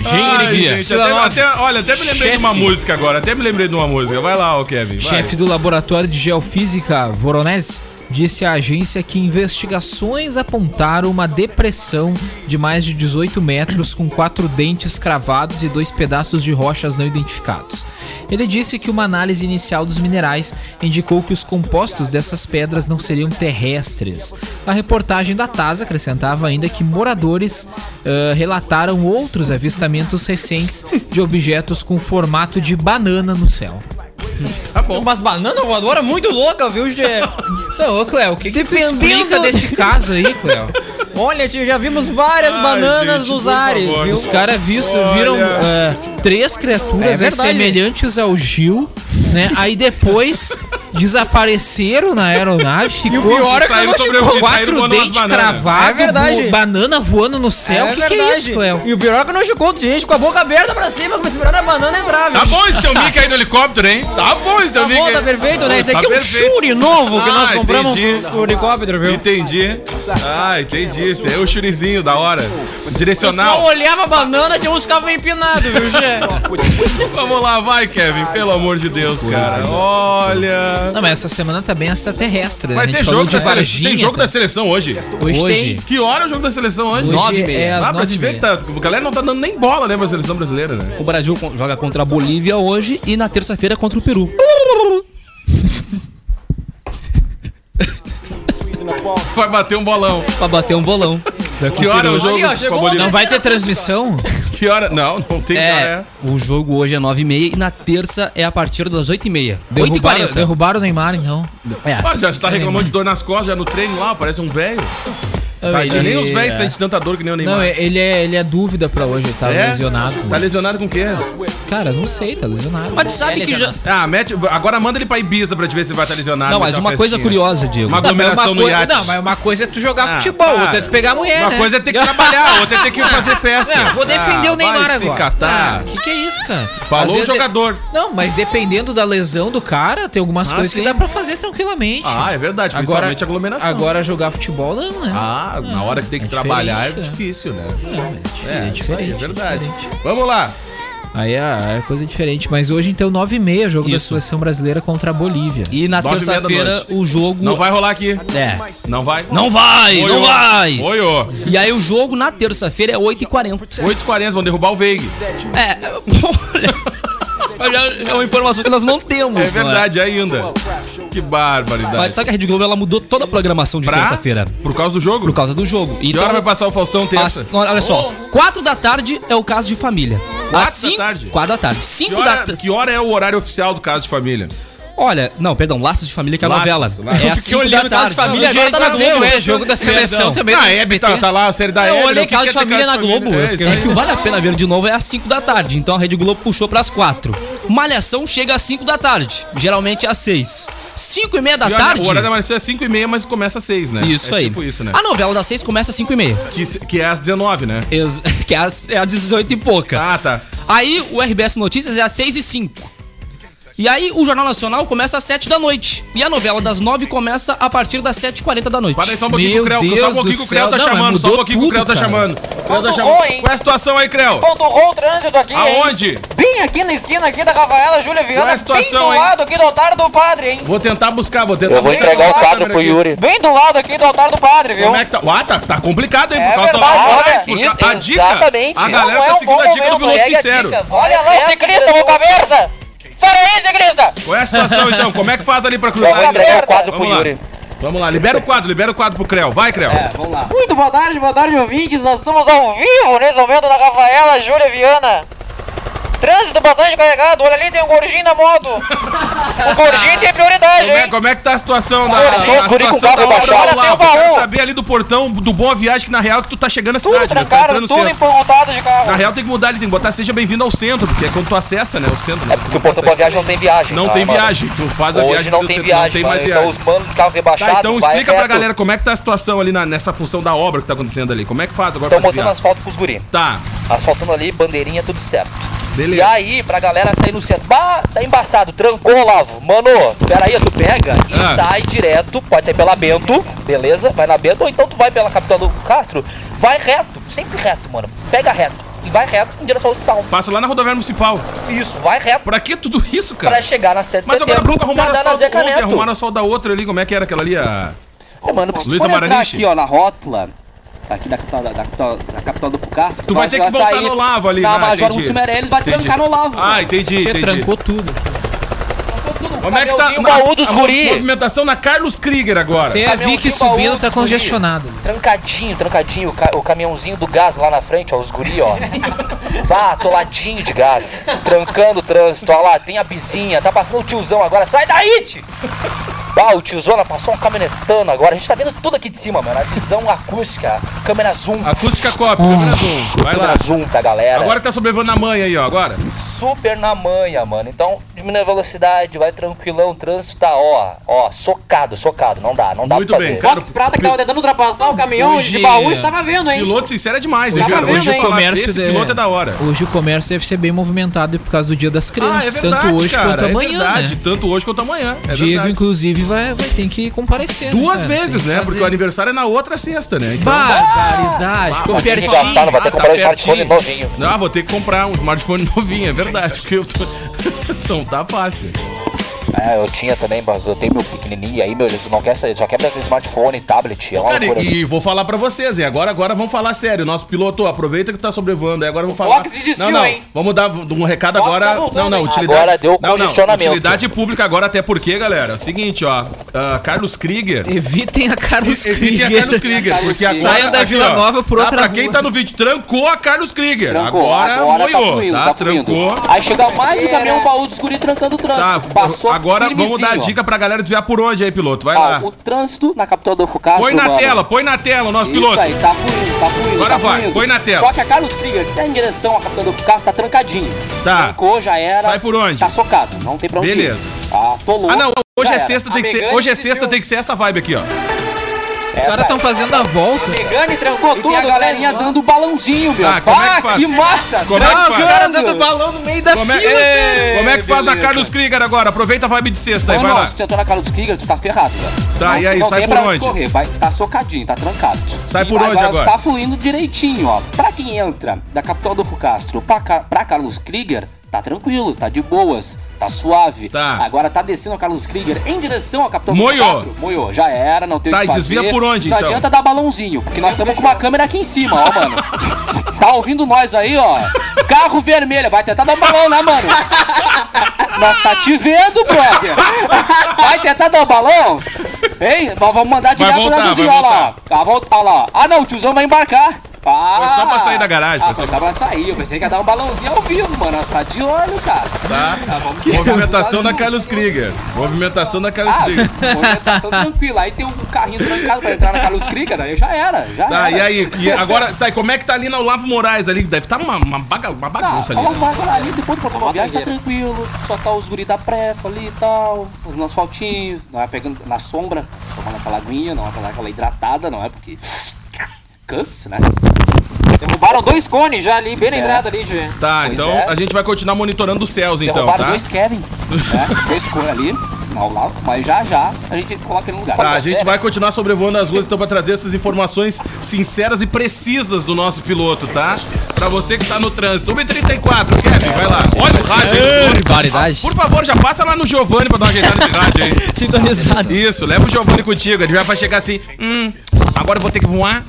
S8: Ai, gente, até,
S7: Sela
S8: até- olha, até me lembrei de uma música agora. Até me lembrei de uma música. Vai lá, ô Kevin. vai.
S7: Chefe do laboratório de geofísica Voronese disse à agência que investigações apontaram uma depressão de mais de 18 metros com quatro dentes cravados e dois pedaços de rochas não identificados. Ele disse que uma análise inicial dos minerais indicou que os compostos dessas pedras não seriam terrestres. A reportagem da TAS acrescentava ainda que moradores eh, relataram outros avistamentos recentes de objetos com formato de banana no céu.
S6: Umas bananas voadoras muito louca, viu, Gê?
S7: Não, ô Cléo, o que, que tu
S6: Dependendo-
S7: explica desse caso aí, <laughs> Cléo?
S6: Olha, tio, já vimos várias
S8: Ai,
S6: bananas
S8: gente,
S6: nos
S8: por
S6: ares,
S8: favor.
S6: viu?
S7: Os caras visto- viram
S8: Olha.
S7: é, três criaturas
S6: É verdade.
S7: semelhantes ao Gil, né? Aí <laughs> depois desapareceram na aeronave, ficou
S6: pior é que eu
S8: Saíram
S6: não te
S8: sobre o saíram
S7: quatro
S8: voando umas
S7: dentes
S8: bananas.
S7: cravados,
S6: É verdade.
S7: bo- banana voando no céu. O que, que é isso, Cléo?
S6: E o pior é que eu não chucou de gente com a boca aberta pra cima, como esperando a banana entrar, viu?
S8: Tá bom esse teu mic aí do helicóptero, hein? Tá bom esse teu
S6: Tá
S8: mic
S6: bom,
S8: aí.
S6: tá perfeito, né? Esse aqui
S8: Tá
S6: é um
S8: perfeito.
S6: churi novo que
S8: Ah,
S6: nós compramos
S8: entendi.
S6: pro helicóptero, viu?
S8: Entendi. Ah, entendi. Esse é o churizinho da hora.
S6: Só
S8: Direcional.
S6: olhava a banana e uns ficavam empinados, viu, Gê?
S8: Vamos lá, vai, Kevin. Pelo amor de Deus, cara. Olha.
S7: Não, mas essa semana tá bem extraterrestre, né?
S8: Vai
S7: A gente
S8: ter
S7: falou
S8: jogo da seleção.
S7: Varginha,
S8: Tem jogo
S7: tá?
S8: da seleção hoje.
S7: Hoje,
S2: Hoje.
S7: tem.
S8: Que hora é o jogo da seleção hoje?
S7: Hoje
S2: Nove e meia.
S7: É
S8: Ah,
S7: às
S8: pra
S7: nove
S8: te
S7: e
S8: ver que
S7: meia.
S8: tá, a galera não tá dando nem bola, né, pra seleção brasileira, né?
S2: O Brasil con- joga contra a Bolívia hoje e na terça-feira contra o Peru.
S8: Vai bater um bolão.
S2: pra bater um bolão.
S8: Que hora é o jogo?
S6: Ali, ó, chegou
S8: favorito?
S7: Não vai ter transmissão?
S8: Que hora? Não, não tem que
S2: É,
S8: hora.
S2: o jogo hoje é 9h30 e na terça é a partir das 8h30.
S7: Derrubaram,
S2: 8h40.
S7: derrubaram o Neymar, então.
S2: É.
S8: Ah, já está
S7: né?
S8: reclamando de dor nas costas, já no treino lá, parece um velho. Tá,
S7: Ele- é.
S8: nem os velhos sentem tanta dor que nem o Neymar.
S7: Não, ele é, ele é dúvida pra hoje, ele tá
S8: É?
S7: lesionado.
S8: Tá lesionado com o quê?
S7: Cara, não sei, tá lesionado.
S2: Mas tu sabe que já.
S8: Ah, mete, agora manda ele pra Ibiza pra te ver se vai estar lesionado.
S2: Não,
S8: vai
S2: mas
S8: ter
S2: uma coisa
S8: festinha.
S7: é
S2: curiosa, Diego.
S8: Uma aglomeração no
S7: coisa,
S8: iate.
S7: não, mas uma coisa é tu jogar
S8: Ah,
S7: futebol,
S8: para.
S7: outra é tu pegar a mulher,
S8: Uma
S7: né? Ah,
S8: coisa é ter que trabalhar, outra é
S7: <laughs>
S8: ter que fazer festa.
S7: Não, vou defender
S8: Ah,
S7: o Neymar
S8: vai se
S7: agora.
S8: catar.
S7: Ah, que que é isso, cara? Às
S8: Falou o
S7: vezes de-
S8: jogador.
S7: Não, mas dependendo da lesão do cara, tem algumas
S8: Ah,
S7: coisas
S8: sim.
S7: que dá pra fazer tranquilamente.
S8: Ah, é verdade,
S7: agora,
S8: principalmente aglomeração.
S7: Agora jogar futebol não, né?
S8: Ah, na hora que tem que
S7: É
S8: trabalhar é
S7: diferente, né?
S8: difícil, né?
S7: é,
S8: isso aí, é
S7: diferente,
S8: verdade. Vamos lá.
S7: Aí é, é coisa diferente. Mas hoje, então, 9 e meia, jogo da
S2: Isso.
S7: seleção brasileira contra a Bolívia.
S2: E na
S8: Nove e meia da
S2: terça-feira
S8: noite.
S2: o jogo.
S8: Não vai rolar aqui.
S2: É.
S8: Não vai.
S2: Não vai,
S8: Oi,
S2: não
S8: ô.
S2: vai.
S8: Oi, ô.
S2: E aí o jogo na terça-feira é 8h40.
S8: 8h40, vão derrubar o Veig.
S2: É, olha. olha, É uma informação que nós não temos.
S8: É
S2: não
S8: verdade, ainda. Que barbaridade.
S2: Mas sabe que a Rede Globo ela mudou toda a programação de
S8: Pra-
S2: terça-feira
S8: Por causa do jogo?
S2: por causa do jogo.
S8: Que hora vai passar o Faustão terça? Oh.
S2: As- olha só, 4 da tarde é o caso de família.
S8: da
S2: Às cinco-
S8: tarde?
S2: Quatro da tarde.
S8: Que
S2: 5 da
S8: hora,
S2: tarde.
S8: que hora é o horário oficial do Caso de Família?
S2: Olha, não, perdão, Laços de Família que é a
S8: Laços,
S2: novela.
S8: Laços.
S2: É
S8: Eu
S2: às 5
S8: fiquei
S2: da
S6: olhando Caso
S2: tarde.
S6: de Família,
S2: Hoje é
S6: agora tá na
S2: Globo,
S6: Globo,
S2: é
S6: é jogo da seleção também.
S8: Ah,
S6: do
S8: a Hebe tá, tá lá, a série da
S6: Eu
S8: Hebe.
S6: olhei
S8: o que
S6: Caso
S8: que
S6: de
S8: é ter
S6: Família na Globo, eu
S8: É,
S6: fiquei-
S8: isso
S2: É
S8: aí.
S2: que o Vale a Pena Ver de novo é às 5 da tarde, então a Rede Globo puxou pras 4. Malhação chega às 5 da tarde, geralmente às 6. 5 e meia da
S8: E olha,
S2: tarde.
S8: O horário da Marcia é 5 e meia, mas começa às 6, né?
S2: Isso
S8: é
S2: aí.
S8: tipo isso, né?
S2: A novela das 6 começa às 5 e meia.
S8: Que, se- que é às 19, né?
S2: Ex- <laughs> Que é às, é às 18 e pouca.
S8: Ah, tá.
S2: Aí o RBS Notícias é às 6 e 05 E aí o Jornal Nacional começa às 7 da noite. E a novela das 9 começa a partir das 7h40 da noite.
S8: Para aí só um pouquinho
S7: Meu
S8: que o Creu, só um
S7: Deus do
S8: pouquinho que o Creu tá
S7: céu. Não, mas
S8: chamando, só um
S7: mudou
S8: pouquinho que o Creu tá
S7: tudo, cara.
S8: chamando. Creu tá
S9: Ponto
S8: chamando.
S9: um, hein?
S8: Qual é a situação aí, Creu?
S9: Ponturou o trânsito aqui, hein?
S8: Aonde?
S9: Bem aqui na esquina aqui da Rafaela Júlia
S8: Qual é
S9: Viana,
S8: a situação,
S9: bem do
S8: hein?
S9: lado aqui do altar do padre, hein?
S8: Vou tentar buscar, vou tentar
S9: Eu vou
S8: buscar.
S9: entregar o
S8: Nossa,
S9: quadro
S8: câmera
S9: pro
S8: aqui.
S9: Yuri. Bem do lado aqui do altar do padre, viu?
S8: Como é que tá? Ah, tá, tá complicado, hein?
S9: É
S8: da-
S9: verdade,
S8: Olha,
S9: olha,
S8: isso, por
S9: isso,
S8: ca- a dica,
S9: exatamente.
S8: a galera
S9: Não é
S8: tá
S9: um
S8: seguindo
S9: bom
S8: a dica do
S9: momento,
S8: piloto
S9: segue a
S8: sincero.
S9: dica. Olha lá o ciclista, o cabeça! Para aí, ciclista!
S8: Qual é a situação, então? Como é que faz ali pra
S9: Eu
S8: cruzar?
S9: vou
S8: hein, Creu?
S9: entregar o quadro pro
S8: Vamos lá.
S9: Yuri. É.
S8: Vamos lá, libera o quadro, libera o quadro pro Creu. Vai, Creu.
S9: Muito boa tarde, boa tarde, ouvintes. Nós estamos ao vivo nesse momento na Rafaela Júlia Viana. Trânsito bastante carregado. Olha ali, tem um gordinho na moto. O gordinho tem prioridade,
S8: Como é,
S9: hein?
S8: como é que tá a situação da,
S9: Olha,
S8: a
S9: só os guri com
S8: situação da
S9: barba
S8: obra
S9: baixada,
S8: lá? Eu
S9: tem um
S8: quero
S9: baú.
S8: saber ali do portão do Boa Viagem, que na real que tu tá chegando na
S9: Tudo
S8: cidade, né? Tá
S9: trancaram,
S8: entrando no
S9: tudo
S8: centro.
S9: empontado de
S8: Na
S9: carro.
S8: real tem que mudar ali, tem que botar seja bem-vindo ao centro, porque é quando tu acessa, né, o centro. né?
S9: É Porque o portão pra viagem não tem viagem.
S8: Não
S9: tá,
S8: tem
S9: mano?
S8: viagem, tu faz a
S9: Hoje
S8: viagem
S9: não
S8: do
S9: tem
S8: centro,
S9: viagem,
S8: não tem mais
S9: mano.
S8: viagem.
S9: Então os bancos de carro rebaixado.
S8: Tá, então
S9: vai
S8: explica pra
S9: reto.
S8: galera como é que tá a situação ali na- nessa função da obra que tá acontecendo ali. Como é que faz agora
S9: Estão
S8: pra desviar?
S9: botando asfalto pros guri.
S8: Tá,
S9: Asfaltando ali, bandeirinha, tudo certo. E
S8: beleza.
S9: aí, pra galera sair no centro. Bah, tá embaçado, trancou o lavo. Mano, peraí, tu pega e
S8: Ah.
S9: sai direto. Pode sair pela Bento, beleza? Vai na Bento, ou então tu vai pela capital do Castro. Vai reto, sempre reto, mano. Pega reto. E vai reto em direção ao hospital.
S8: Passa lá na rodoviária municipal.
S9: Isso, vai reto
S8: Pra que tudo isso, cara?
S9: pra chegar na 7 de
S8: Mas agora há
S9: setembro
S8: pouco arrumaram
S9: na
S8: asfalto
S9: Zeca
S8: ontem,
S9: Neto.
S8: arrumaram asfalto da outra ali, como é que era aquela ali? A...
S9: Ô, mano,
S8: Luiz
S9: pode entrar
S8: Amaraniche?
S9: aqui, ó, na rótula, aqui da capital, da, da capital, da capital do Fucasco.
S8: Tu vai ter que voltar no Lavo ali,
S9: Na
S8: né?
S9: Major
S8: Entendi.
S9: Lúcio Meirelles vai
S8: Entendi.
S9: trancar no Lavo.
S8: Ah,
S9: mano.
S8: entendi,
S7: Tchê,
S8: entendi.
S7: trancou tudo.
S8: Como é que tá é
S9: Caminhãozinho, um baú dos
S8: a
S9: guri.
S8: movimentação na Carlos Krieger agora?
S7: Tem a
S9: Caminhãozinho
S7: Vicky
S9: baú
S7: subindo, tá
S9: dos guri.
S7: congestionado.
S9: Trancadinho, trancadinho, o, ca- o caminhãozinho do gás lá na frente, ó, os
S8: <laughs>
S9: guri, ó. Ah, toladinho de gás, trancando o trânsito, ó lá, tem a vizinha, tá passando o tiozão agora, sai daí, tio! Ah, o tiozão, ela passou uma caminhonetona agora, a gente tá vendo tudo aqui de cima, mano, a visão acústica, câmera zoom,
S8: Acústica
S7: Ah.
S8: Cop, câmera zoom. Vai lá.
S9: câmera zoom pra galera.
S8: Agora tá sobrevivendo a mãe aí, ó, agora.
S9: super na manha, mano. Então, diminui a velocidade, vai tranquilão, o trânsito tá, ó, ó, socado, socado, não dá, não dá
S8: Muito
S9: pra
S8: bem,
S9: fazer.
S8: cara.
S10: Prata que tava tentando ultrapassar o caminhão
S7: Hoje-
S10: de baú, você tava vendo, hein?
S8: Piloto sincero é demais, hein,
S10: Hoje-
S8: cara?
S10: hoje
S8: Hoje
S10: o
S8: eu falar
S7: comércio
S8: desse
S7: de-
S8: piloto é da hora.
S7: Hoje o comércio deve ser bem movimentado por causa do dia das
S8: Ah, é
S7: crianças,
S8: verdade,
S7: tanto hoje
S8: cara,
S7: quanto
S8: é
S7: amanhã.
S8: verdade,
S7: né?
S8: tanto hoje quanto amanhã. É
S7: Diego,
S8: verdade.
S7: inclusive, vai, vai ter que comparecer.
S8: Duas
S7: cara? Tem
S8: vezes,
S7: que
S8: né?
S7: fazer.
S8: Porque o aniversário é na outra sexta, né? Então- tá
S7: Barbaridade, ficou
S9: mas
S7: pertinho.
S9: ninguém gastava, vai ter que comprar um
S8: pertinho.
S9: smartphone novinho.
S8: <laughs> Ah, vou ter que comprar um smartphone novinho, é verdade. Porque eu tô... Não tá então fácil.
S9: É, eu tinha também, mas eu tenho meu pequenininho e aí, meu, eles não quer sair, só quebra smartphone, tablet, é uma
S8: Cara,
S9: loucura.
S8: e, e vou falar pra vocês, hein? Agora, agora vamos falar sério. Nosso piloto, aproveita que tá sobrevoando. Aí agora eu vou falar.
S10: Fox desistiu,
S8: não, não.
S10: hein?
S8: Vamos dar um recado
S10: Fox
S8: agora.
S10: tá voltando,
S8: não, não,
S10: hein?
S8: utilidade.
S9: Agora deu
S8: não, não.
S9: condicionamento.
S8: Utilidade pública agora, até porque, galera. É o seguinte, ó. ah, Carlos Krieger.
S7: Evitem a Carlos
S8: Evitem a
S7: Krieger.
S8: Carlos Krieger, porque agora,
S7: Saiam da Vila
S8: ó,
S7: Nova por
S8: tá,
S7: outra
S8: Pra quem
S7: rua.
S8: tá no vídeo, trancou a Carlos Krieger.
S9: Trancou,
S8: agora
S9: agora tá
S8: moiou,
S9: fluindo,
S8: tá?
S9: tá fluindo.
S8: trancou.
S9: Aí chega mais um caminhão baú dos guri trancando o trânsito.
S8: Tá,
S9: Passou
S8: agora vamos
S9: firmezinho,
S8: dar a
S9: ó.
S8: dica pra galera desviar por onde aí, piloto. Vai
S9: Ó,
S8: lá.
S9: o trânsito na capital do Fucaço,
S8: Põe na tela, põe na tela o nosso
S9: Isso
S8: piloto.
S9: aí, tá fluindo, tá fluindo.
S8: Agora
S9: tá
S8: vai,
S9: fluindo.
S8: põe na tela.
S9: Só que a Carlos Krieger, que tá em direção à capital do Fucaço, tá trancadinho.
S8: Tá.
S9: Trancou, já era.
S8: Sai por onde?
S9: Tá socado, não tem pra onde
S8: Beleza.
S9: ir. Ah, tô louco.
S8: Ah, não. Hoje
S9: já
S8: é
S9: era.
S8: sexta, tem que ser.
S10: Amigante
S8: Hoje é
S10: desviou.
S8: sexta, tá tem que ser essa vibe aqui, ó.
S9: Essa
S7: Os caras estão fazendo a volta.
S10: Pegando e trancou
S9: E tem
S10: tudo,
S9: a galerinha
S10: dando.
S9: dando balãozinho, meu.
S8: Ah, como é que
S9: Ah,
S8: faz?
S9: que massa!
S8: Como é que faz?
S7: dando balão no meio da
S8: Como é, Ei, como é que faz na Carlos Krieger agora? Aproveita a vibe de sexta aí,
S9: Ô,
S8: vai lá.
S9: nossa, se tu entrou na Carlos Krieger, tu tá ferrado, velho.
S8: Tá, e aí,
S9: não
S8: sai
S9: tem
S8: por
S9: pra
S8: onde?
S9: Correr. Vai, tá socadinho, tá trancado.
S8: Sai
S9: E
S8: por onde agora?
S9: Tá fluindo direitinho, ó. Pra quem entra da capital do Fucastro pra, Ca- pra Carlos Krieger, tá tranquilo, tá de boas, tá suave.
S8: Tá.
S9: Agora tá descendo a Carlos Krieger em direção à capital
S8: Moiô.
S9: do Fucastro. Moiô, já era, não tem
S8: Tá,
S9: o que
S8: e
S9: fazer.
S8: desvia por onde,
S9: Não
S8: então?
S9: adianta dar balãozinho, porque nós estamos com uma câmera aqui em cima,
S8: <laughs>
S9: ó, mano. tá ouvindo nós aí, ó. Carro vermelho, vai tentar dar um balão, né, mano? Nós tá te vendo, brother. Vai tentar dar o balão? Hein? Nós vamos
S8: Vai
S9: mandar direto
S8: voltar,
S9: na
S8: vai
S9: vizinha, olha lá.
S8: voltar.
S9: Ah, volta, olha lá. Ah, não, o tiozão vai embarcar. Ah,
S8: Foi só pra sair da garagem, foi
S9: Ah, foi
S8: só-
S9: só pra sair. Eu pensei que ia dar um balãozinho ao vivo, mano. Nós tá de olho, cara.
S8: Tá?
S9: Ah,
S8: Movimentação
S9: <laughs>
S8: da Carlos Krieger. Movimentação da Carlos
S9: Ah,
S8: Krieger.
S9: movimentação tranquila. Aí tem um carrinho trancado pra entrar na Carlos Krieger, aí já era, já
S8: Tá,
S9: era.
S8: e aí? E agora, tá, e como é que tá ali na Olavo Moraes ali? Deve tá uma, uma, baga- uma
S9: Tá,
S8: bagunça ali.
S9: fala
S8: né?
S9: vaga lá ali, depois do programa viagem tá tranquilo, só tá os guri da prefa ali e tal, os nossos faltinhos, não é pegando na sombra, tomando aquela aguinha, não é aquela, aquela hidratada, não é porque <sniffs> cansa, né?
S10: Derrubaram dois cones já ali, bem
S8: É.
S10: lembrado ali, Gê.
S8: Tá,
S9: Pois
S8: então
S9: é.
S8: a gente vai continuar monitorando os céus, então,
S9: Derrubaram
S8: tá?
S9: dois Kevin,
S8: <laughs>
S9: né? dois cones ali, não, lá, mas já já a gente coloca ele no lugar.
S8: Tá, a gente vai continuar sobrevoando as ruas então pra trazer essas informações sinceras e precisas do nosso piloto, tá? Pra você que tá no trânsito. 1h34, Kevin, vai lá. Olha o rádio aí.
S7: Barbaridade.
S8: Por favor, já passa lá no Giovanni pra dar uma ajeitada nesse rádio, hein?
S7: Sintonizado.
S8: Isso, leva o Giovanni contigo. Ele já vai chegar assim. Hum, agora eu vou ter que voar.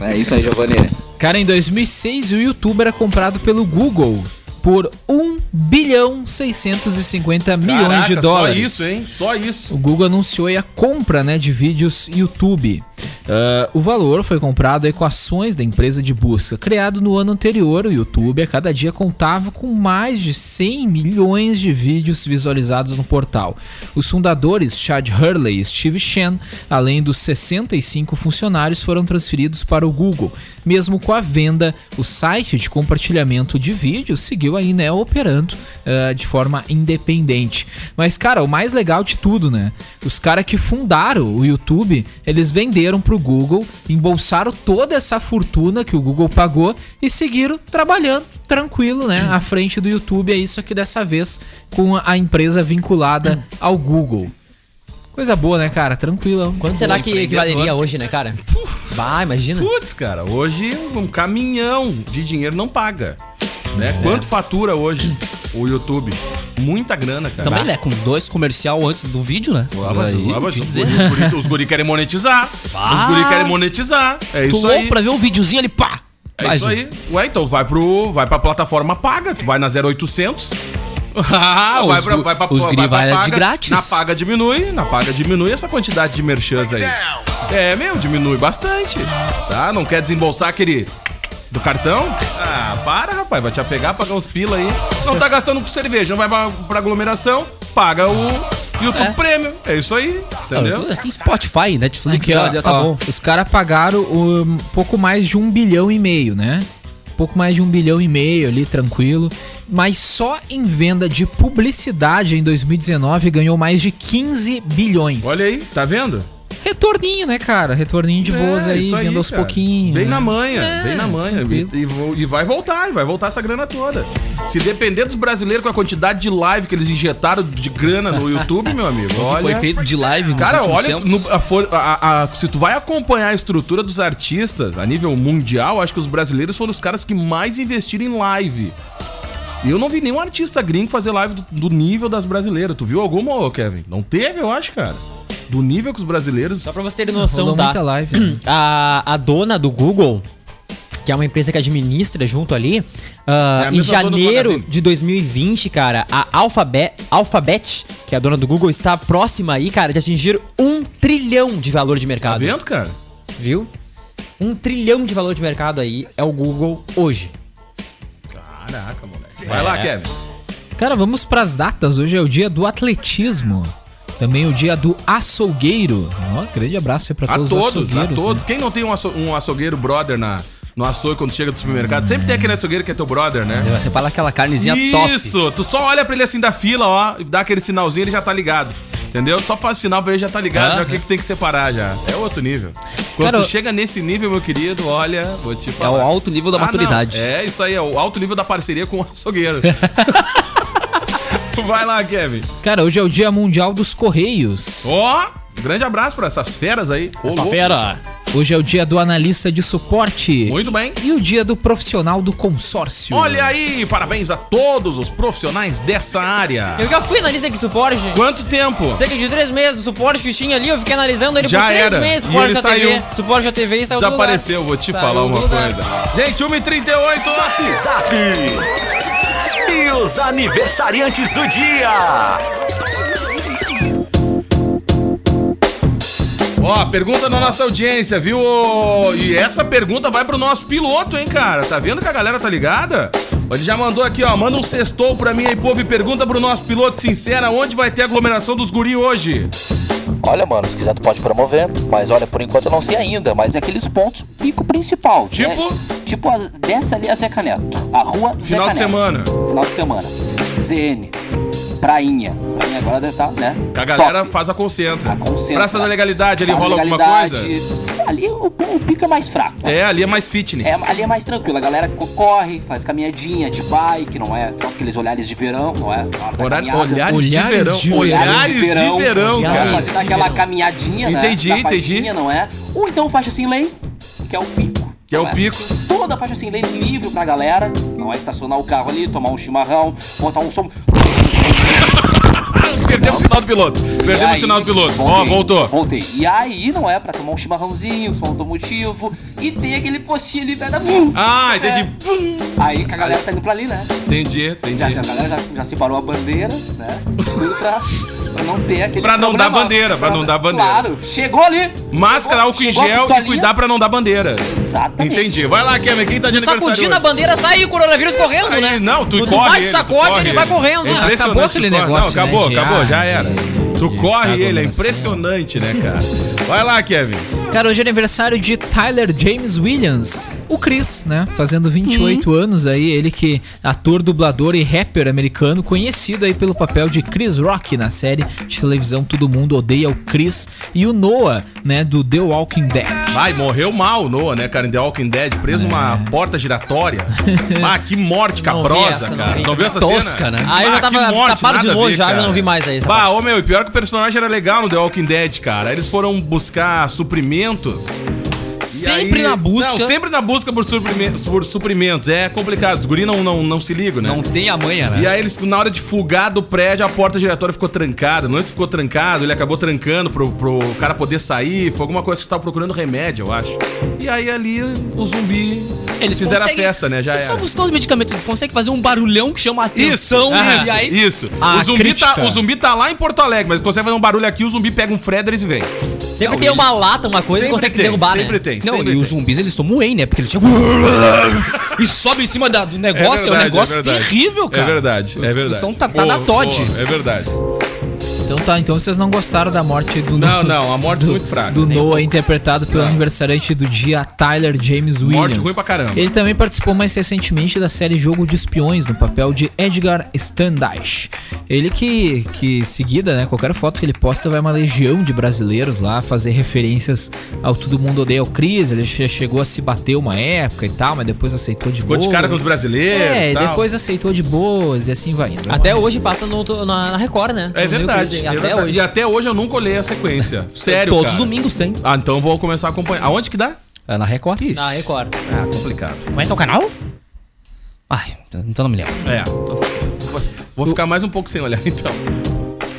S9: É isso aí, Giovanni.
S7: Cara, em 2006 o YouTube era comprado pelo Google por 1 bilhão 650 milhões de
S8: Caraca,
S7: dólares.
S8: Só isso, hein? Só isso.
S7: O Google anunciou aí a compra né, de vídeos YouTube. Ah, o valor foi comprado aí com ações da empresa de busca. Criado no ano anterior, o YouTube a cada dia contava com mais de 100 milhões de vídeos visualizados no portal. Os fundadores Chad Hurley e Steve Chen, além dos 65 funcionários, foram transferidos para o Google. Mesmo com a venda, o site de compartilhamento de vídeo seguiu aí, né, operando ah, de forma independente. Mas, cara, o mais legal de tudo, né? Os caras que fundaram o YouTube, eles venderam pro Google, embolsaram toda essa fortuna que o Google pagou e seguiram trabalhando tranquilo, né? À frente do YouTube, é isso aqui dessa vez com a empresa vinculada ao Google. Coisa boa, né, cara? Tranquilo.
S6: Quanto será que, que valeria hoje, né, <laughs> cara? Bah, imagina.
S8: Putz, cara, hoje um caminhão de dinheiro não paga. Né?
S7: É.
S8: Quanto fatura hoje o YouTube? Muita grana, cara.
S2: Também, né? Com dois comercial antes do vídeo, né?
S8: Ah, mas-
S2: Aí,
S8: ah,
S2: o
S8: mas
S2: que
S8: os,
S2: dizer?
S8: guri, os guri- os guri querem monetizar. Os guri querem monetizar. Ah, É
S2: Tu
S8: isso
S2: louco
S8: aí.
S2: pra ver um videozinho ali, pá! um.
S8: É
S2: Mas
S8: isso aí. Ué, então vai, pro, vai pra plataforma paga. Tu vai na 0800. <laughs> Ah,
S2: Os
S8: vai, pra,
S2: gu-
S8: vai pra
S2: os
S8: vai
S2: guri
S8: pra
S2: vai de
S8: paga.
S2: grátis.
S8: Na paga diminui. Na paga diminui essa quantidade de merchans aí. É, meu, diminui bastante. Tá? Não quer desembolsar aquele. Do cartão? Ah, para, rapaz. Vai te apegar, pagar uns pila aí. Não tá gastando com cerveja, não vai pra, pra aglomeração, paga o YouTube Premium. É isso aí, entendeu?
S2: Tem Spotify, Netflix,
S7: Aqui,
S2: tá,
S7: ó,
S2: tá
S7: ó,
S2: bom.
S7: Os caras pagaram um pouco mais de um bilhão e meio, né? Pouco mais de um bilhão e meio ali, tranquilo. Mas só em venda de publicidade em 2019 ganhou mais de 15 bilhões.
S8: Olha aí, tá vendo?
S7: Retorninho, né, cara? Retorninho de boas
S8: É,
S7: aí,
S8: isso
S7: venda aos
S8: cara.
S7: pouquinhos.
S8: Bem
S7: né?
S8: na manha,
S7: É,
S8: bem na manha. E,
S7: tranquilo.
S8: e vo- e vai voltar, e vai voltar essa grana toda. Se depender dos brasileiros com a quantidade de live que eles injetaram de grana no YouTube, meu
S7: <laughs>
S8: amigo, olha...
S2: Foi feito de live nos
S8: Cara,
S2: últimos
S8: olha,
S2: tempos.
S8: no- a for- a- a- se tu vai acompanhar a estrutura dos artistas a nível mundial, acho que os brasileiros foram os caras que mais investiram em live. E eu não vi nenhum artista gringo fazer live do, do nível das brasileiras. Tu viu alguma, ô, Kevin? Não teve, eu acho, cara. Do nível que os brasileiros.
S6: Só pra você ter noção,
S7: Rolou
S6: tá?
S7: muita live. né?
S6: <clears throat> A, a dona do Google, que é uma empresa que administra junto ali, ah,
S8: É a
S6: em
S8: mesma dona do
S6: janeiro
S8: Magazine.
S6: de 2020, cara, a Alphabet, Alphabet, que é a dona do Google, está próxima aí, cara, de atingir um trilhão de valor de
S8: Tá
S6: mercado.
S8: vendo, cara?
S6: Viu? Um trilhão de valor de mercado aí é o Google hoje.
S8: Caraca, moleque. Vai lá, Kevin.
S7: Cara, vamos pras datas. Hoje é o dia do atletismo. Também o dia do açougueiro. Ó, grande abraço aí pra
S8: A
S7: todos, os
S8: todos, a
S7: açougueiros.
S8: todos.
S7: né?
S8: Quem não tem um, aço- um açougueiro brother na, no açougue quando chega do supermercado? Sempre tem aquele açougueiro que é teu brother, né?
S2: Você fala aquela carnezinha top.
S8: Isso! Tu só olha pra ele assim da fila, ó, e dá aquele sinalzinho ele já tá ligado. Entendeu? Só faz sinal pra ele já tá ligado, já o que, que tem que separar já. É outro nível. Quando
S7: Cara,
S8: tu
S7: eu-
S8: chega nesse nível, meu querido, olha, vou te
S2: É
S8: falar.
S2: o alto nível da
S8: Ah, não.
S2: maturidade.
S8: É, isso aí, é o alto nível da parceria com o açougueiro. Vai lá, Kevin.
S7: Cara, hoje é o dia mundial dos correios.
S8: Ó, grande abraço pra essas feras aí. Ô, louco.
S6: fera.
S7: Hoje é o dia do analista de suporte.
S8: Muito bem.
S7: E o dia do profissional do consórcio.
S8: Olha aí, parabéns a todos os profissionais dessa área. tá
S6: Eu já fui analista de suporte.
S8: Quanto tempo?
S6: Cerca de três meses, o suporte que tinha ali, eu fiquei analisando ele
S8: Já
S6: por três
S8: era.
S6: meses,
S8: E
S6: suporte
S8: ele
S6: da TV.
S8: saiu.
S6: Suporte da TV e saiu do lugar.
S8: Desapareceu, vou te
S6: Saiu
S8: falar
S6: do
S8: uma
S6: lugar.
S8: coisa. Gente, 1h38.
S1: Zap! E os aniversariantes do dia!
S8: Ó, pergunta da nossa audiência, viu? ô? E essa pergunta vai pro nosso piloto, hein, cara? Tá vendo que a galera tá ligada? Ele já mandou aqui, ó. Manda um sextou pra mim aí, povo, e pergunta pro nosso piloto sincera onde vai ter a aglomeração dos guri hoje.
S9: Olha, mano, se quiser tu pode promover, mas olha, por enquanto eu não sei ainda, mas é aqueles pontos pico principal. né?
S8: Tipo?
S9: Tipo, a, dessa ali a Zeca Neto. A rua
S8: Final
S9: Zeca
S8: de
S9: Neto.
S8: semana.
S9: Final de semana. ZN. Prainha. Prainha agora deve estar, né?
S8: A galera
S9: Top.
S8: faz a concentra.
S9: A concentra.
S8: Praça da Legalidade, ali
S9: Praça
S8: rola
S9: da
S8: alguma
S9: Legalidade.
S8: coisa?
S9: Ali o, o pico é mais fraco. né?
S8: É, ali é mais fitness.
S9: É, ali é mais tranquilo, a galera co- corre, faz caminhadinha de bike, não é só aqueles olhares de verão, não é? Na hora da
S8: Horário-
S9: caminhada.
S8: olhares,
S7: Olhares
S8: de
S7: de
S8: verão.
S7: verão.
S8: Olhares de verão,
S9: Ela
S8: cara.
S9: faz aquela caminhadinha, né?
S8: Entendi,
S9: Da
S8: entendi.
S9: faixinha, não é? Ou então faixa sem lei, que é o pico.
S8: Que é
S9: não
S8: o pico.
S9: Toda a faixa sem lei livre pra galera. Não é estacionar o carro ali, tomar um chimarrão, botar um som.
S8: Perdemos o sinal do piloto.
S9: E
S8: Perdemos o
S9: aí-
S8: sinal do piloto. Ó,
S9: Voltei,
S8: voltou.
S9: Voltei. E aí, não é? Pra tomar um chimarrãozinho, som automotivo. E tem aquele postinho ali perto da.
S8: Ah,
S9: É.
S8: entendi.
S9: Aí que a galera tá indo pra ali, né?
S8: Entendi,
S9: Já, já, a
S8: entendi.
S9: galera já, já separou a bandeira, né? Tudo pra, pra não ter aquele.
S8: Pra não dar
S9: problema.
S8: bandeira, pra não dar bandeira.
S9: Claro, chegou ali.
S8: Máscara, álcool em
S9: Chegou a
S8: gel e
S9: pistolinha.
S8: cuidar pra não dar bandeira.
S9: Exatamente.
S8: Entendi. Vai lá, Kevin. Quem tá de aniversário
S6: Sacudindo a
S8: hoje?
S6: bandeira, sai o coronavírus correndo,
S8: Aí,
S6: né?
S8: Não, tu
S6: Quando
S8: corre.
S6: bate,
S8: ele, tu
S6: sacode,
S8: corre
S6: ele vai correndo, né?
S8: É impressionante,
S7: Acabou aquele
S8: tu corre.
S7: negócio,
S8: Não, acabou,
S7: né, de
S8: acabou, já
S6: Ah,
S7: ar,
S8: era.
S7: de-
S8: Tu
S7: de
S6: tá
S8: corre
S7: ficar
S6: assim,
S8: ele, é
S7: aglomeração.
S8: impressionante, né, cara? Vai lá, Kevin.
S7: Cara, hoje é aniversário de Tyler James Williams. O Chris, né? Fazendo 28
S8: Uhum.
S7: anos aí. Ele que é ator, dublador e rapper americano, conhecido aí pelo papel de Chris Rock na série de televisão Todo Mundo Odeia o Chris. E o Noah, né? Do The Walking Dead.
S8: Vai, morreu mal o Noah, né, cara? Em The Walking Dead, preso numa
S6: <laughs>
S8: porta giratória. Ah, que morte
S6: É. Não vi
S8: caprosa,
S6: essa, não
S8: cara.
S6: vi.
S8: Não viu essa
S2: Tosca,
S8: cena?
S2: né?
S6: Aí eu já
S8: Ah,
S6: tava
S8: que
S6: tapado de
S8: nada a
S6: nojo
S8: ver,
S6: já,
S8: cara.
S6: eu não vi mais aí essa
S8: Bah,
S6: parte.
S8: ô meu, e pior que o personagem era legal no The Walking Dead, cara. Eles foram buscar suprimentos. e
S2: Sempre
S8: aí-
S2: na busca.
S8: Não, sempre na busca por, suprime- por suprimentos. É complicado. Os guri não, não, não se ligam, né?
S2: Não tem a manha, né?
S8: E aí eles, na hora de fugar do prédio, a porta giratória ficou trancada. Não sei se ficou trancado, ele acabou trancando pro, pro cara poder sair. Foi alguma coisa que tava procurando remédio, eu acho. E aí ali o zumbi
S2: Eles
S8: fizeram
S2: conseguem-
S8: a festa, né? Já
S2: Eles
S8: era.
S2: só buscou os medicamentos, eles conseguem fazer um barulhão que chama a atenção. né?
S8: isso,
S2: e aí,
S8: isso.
S7: né? A
S8: O zumbi, tá,
S7: Ah, crítica.
S8: o zumbi tá lá em Porto Alegre, mas consegue fazer um barulho aqui, o zumbi pega um Fredericks e vem.
S6: Sempre tem uma lata, uma coisa, e
S8: Sempre
S6: consegue
S8: tem,
S6: derrubar,
S8: sempre
S6: né?
S8: tem,
S2: Não,
S8: sempre
S2: e os
S8: tem.
S2: zumbis eles tomam whey, né? Porque eles chegam. <laughs> e sobe em cima da- do negócio. É, um negócio terrível, cara.
S8: É verdade, é
S2: Eles
S8: verdade.
S2: São tatada
S8: Boa,
S2: Todd.
S8: boa, É verdade.
S7: Então tá, então vocês não gostaram da morte do
S8: Não, não, a morte
S7: do,
S8: muito fraca. né?
S7: do Noah, interpretado pelo aniversariante do dia, Tyler James Williams.
S8: ruim pra caramba.
S7: Ele também participou mais recentemente da série Jogo de Espiões, no papel de Edgar Standish. Ele que, que em seguida, né, qualquer foto que ele posta vai uma legião de brasileiros lá fazer referências ao Todo Mundo Odeia o Cris. Ele che- chegou a se bater uma época e tal, mas depois aceitou de
S8: Ficou
S7: boa.
S8: de cara com os brasileiros.
S7: É,
S8: e
S7: e
S8: tal.
S7: depois aceitou de boas e assim vai indo.
S6: Até hoje passa no, na, na Record, né?
S8: É verdade.
S6: Até
S8: é verdade.
S6: hoje.
S8: E até hoje eu nunca olhei a
S2: <laughs>
S8: sequência. Sério,
S2: Todos os
S8: cara.
S2: domingos tem.
S8: Ah, então eu vou começar a acompanhar. Aonde que dá?
S2: É na Record.
S6: Na Record.
S8: Ah, complicado.
S2: Como é que é o canal? Ai, então não me lembro.
S8: É. tô- vou- Vou ficar mais um pouco sem olhar, <laughs> então.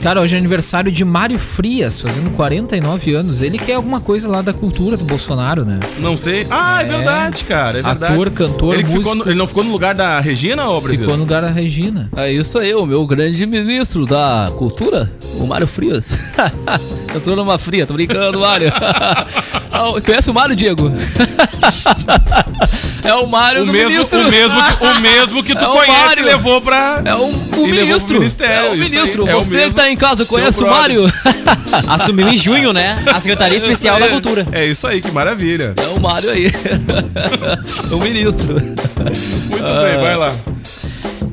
S7: Cara, hoje é aniversário de Mário Frias, fazendo 49 anos. Ele quer alguma coisa lá da cultura do Bolsonaro, né?
S8: Não sei. Ah, é,
S7: É.
S8: verdade, cara. É verdade.
S7: Ator, cantor,
S8: ele, que ficou
S7: músico.
S8: no- ele não ficou no lugar da Regina, ô Brasil?
S7: Ficou no lugar da Regina.
S2: É isso aí, o meu grande ministro da cultura, o Mário Frias. <laughs> Entrou numa fria, tô brincando, Mário. <laughs> Ah, Conhece o Mário, Diego? <laughs> é o Mário
S8: O
S2: do
S8: mesmo,
S2: ministro.
S8: o, mesmo, o mesmo que tu
S2: É o
S8: conhece
S2: Mário.
S8: levou pra.
S2: <laughs>
S8: <laughs>
S2: É um, o
S8: E levou pro
S2: ministro.
S8: ministério,
S2: É o
S8: isso aí.
S2: ministro.
S8: É o
S2: Você
S8: mesmo
S2: que tá em casa, conhece o Mário?
S8: <laughs> brother.
S6: Assumiu em junho, né? A Secretaria
S2: <laughs>
S6: Especial da Cultura.
S8: É isso aí, que maravilha.
S2: é o Mário aí. <laughs> o ministro.
S8: Muito bem, vai lá.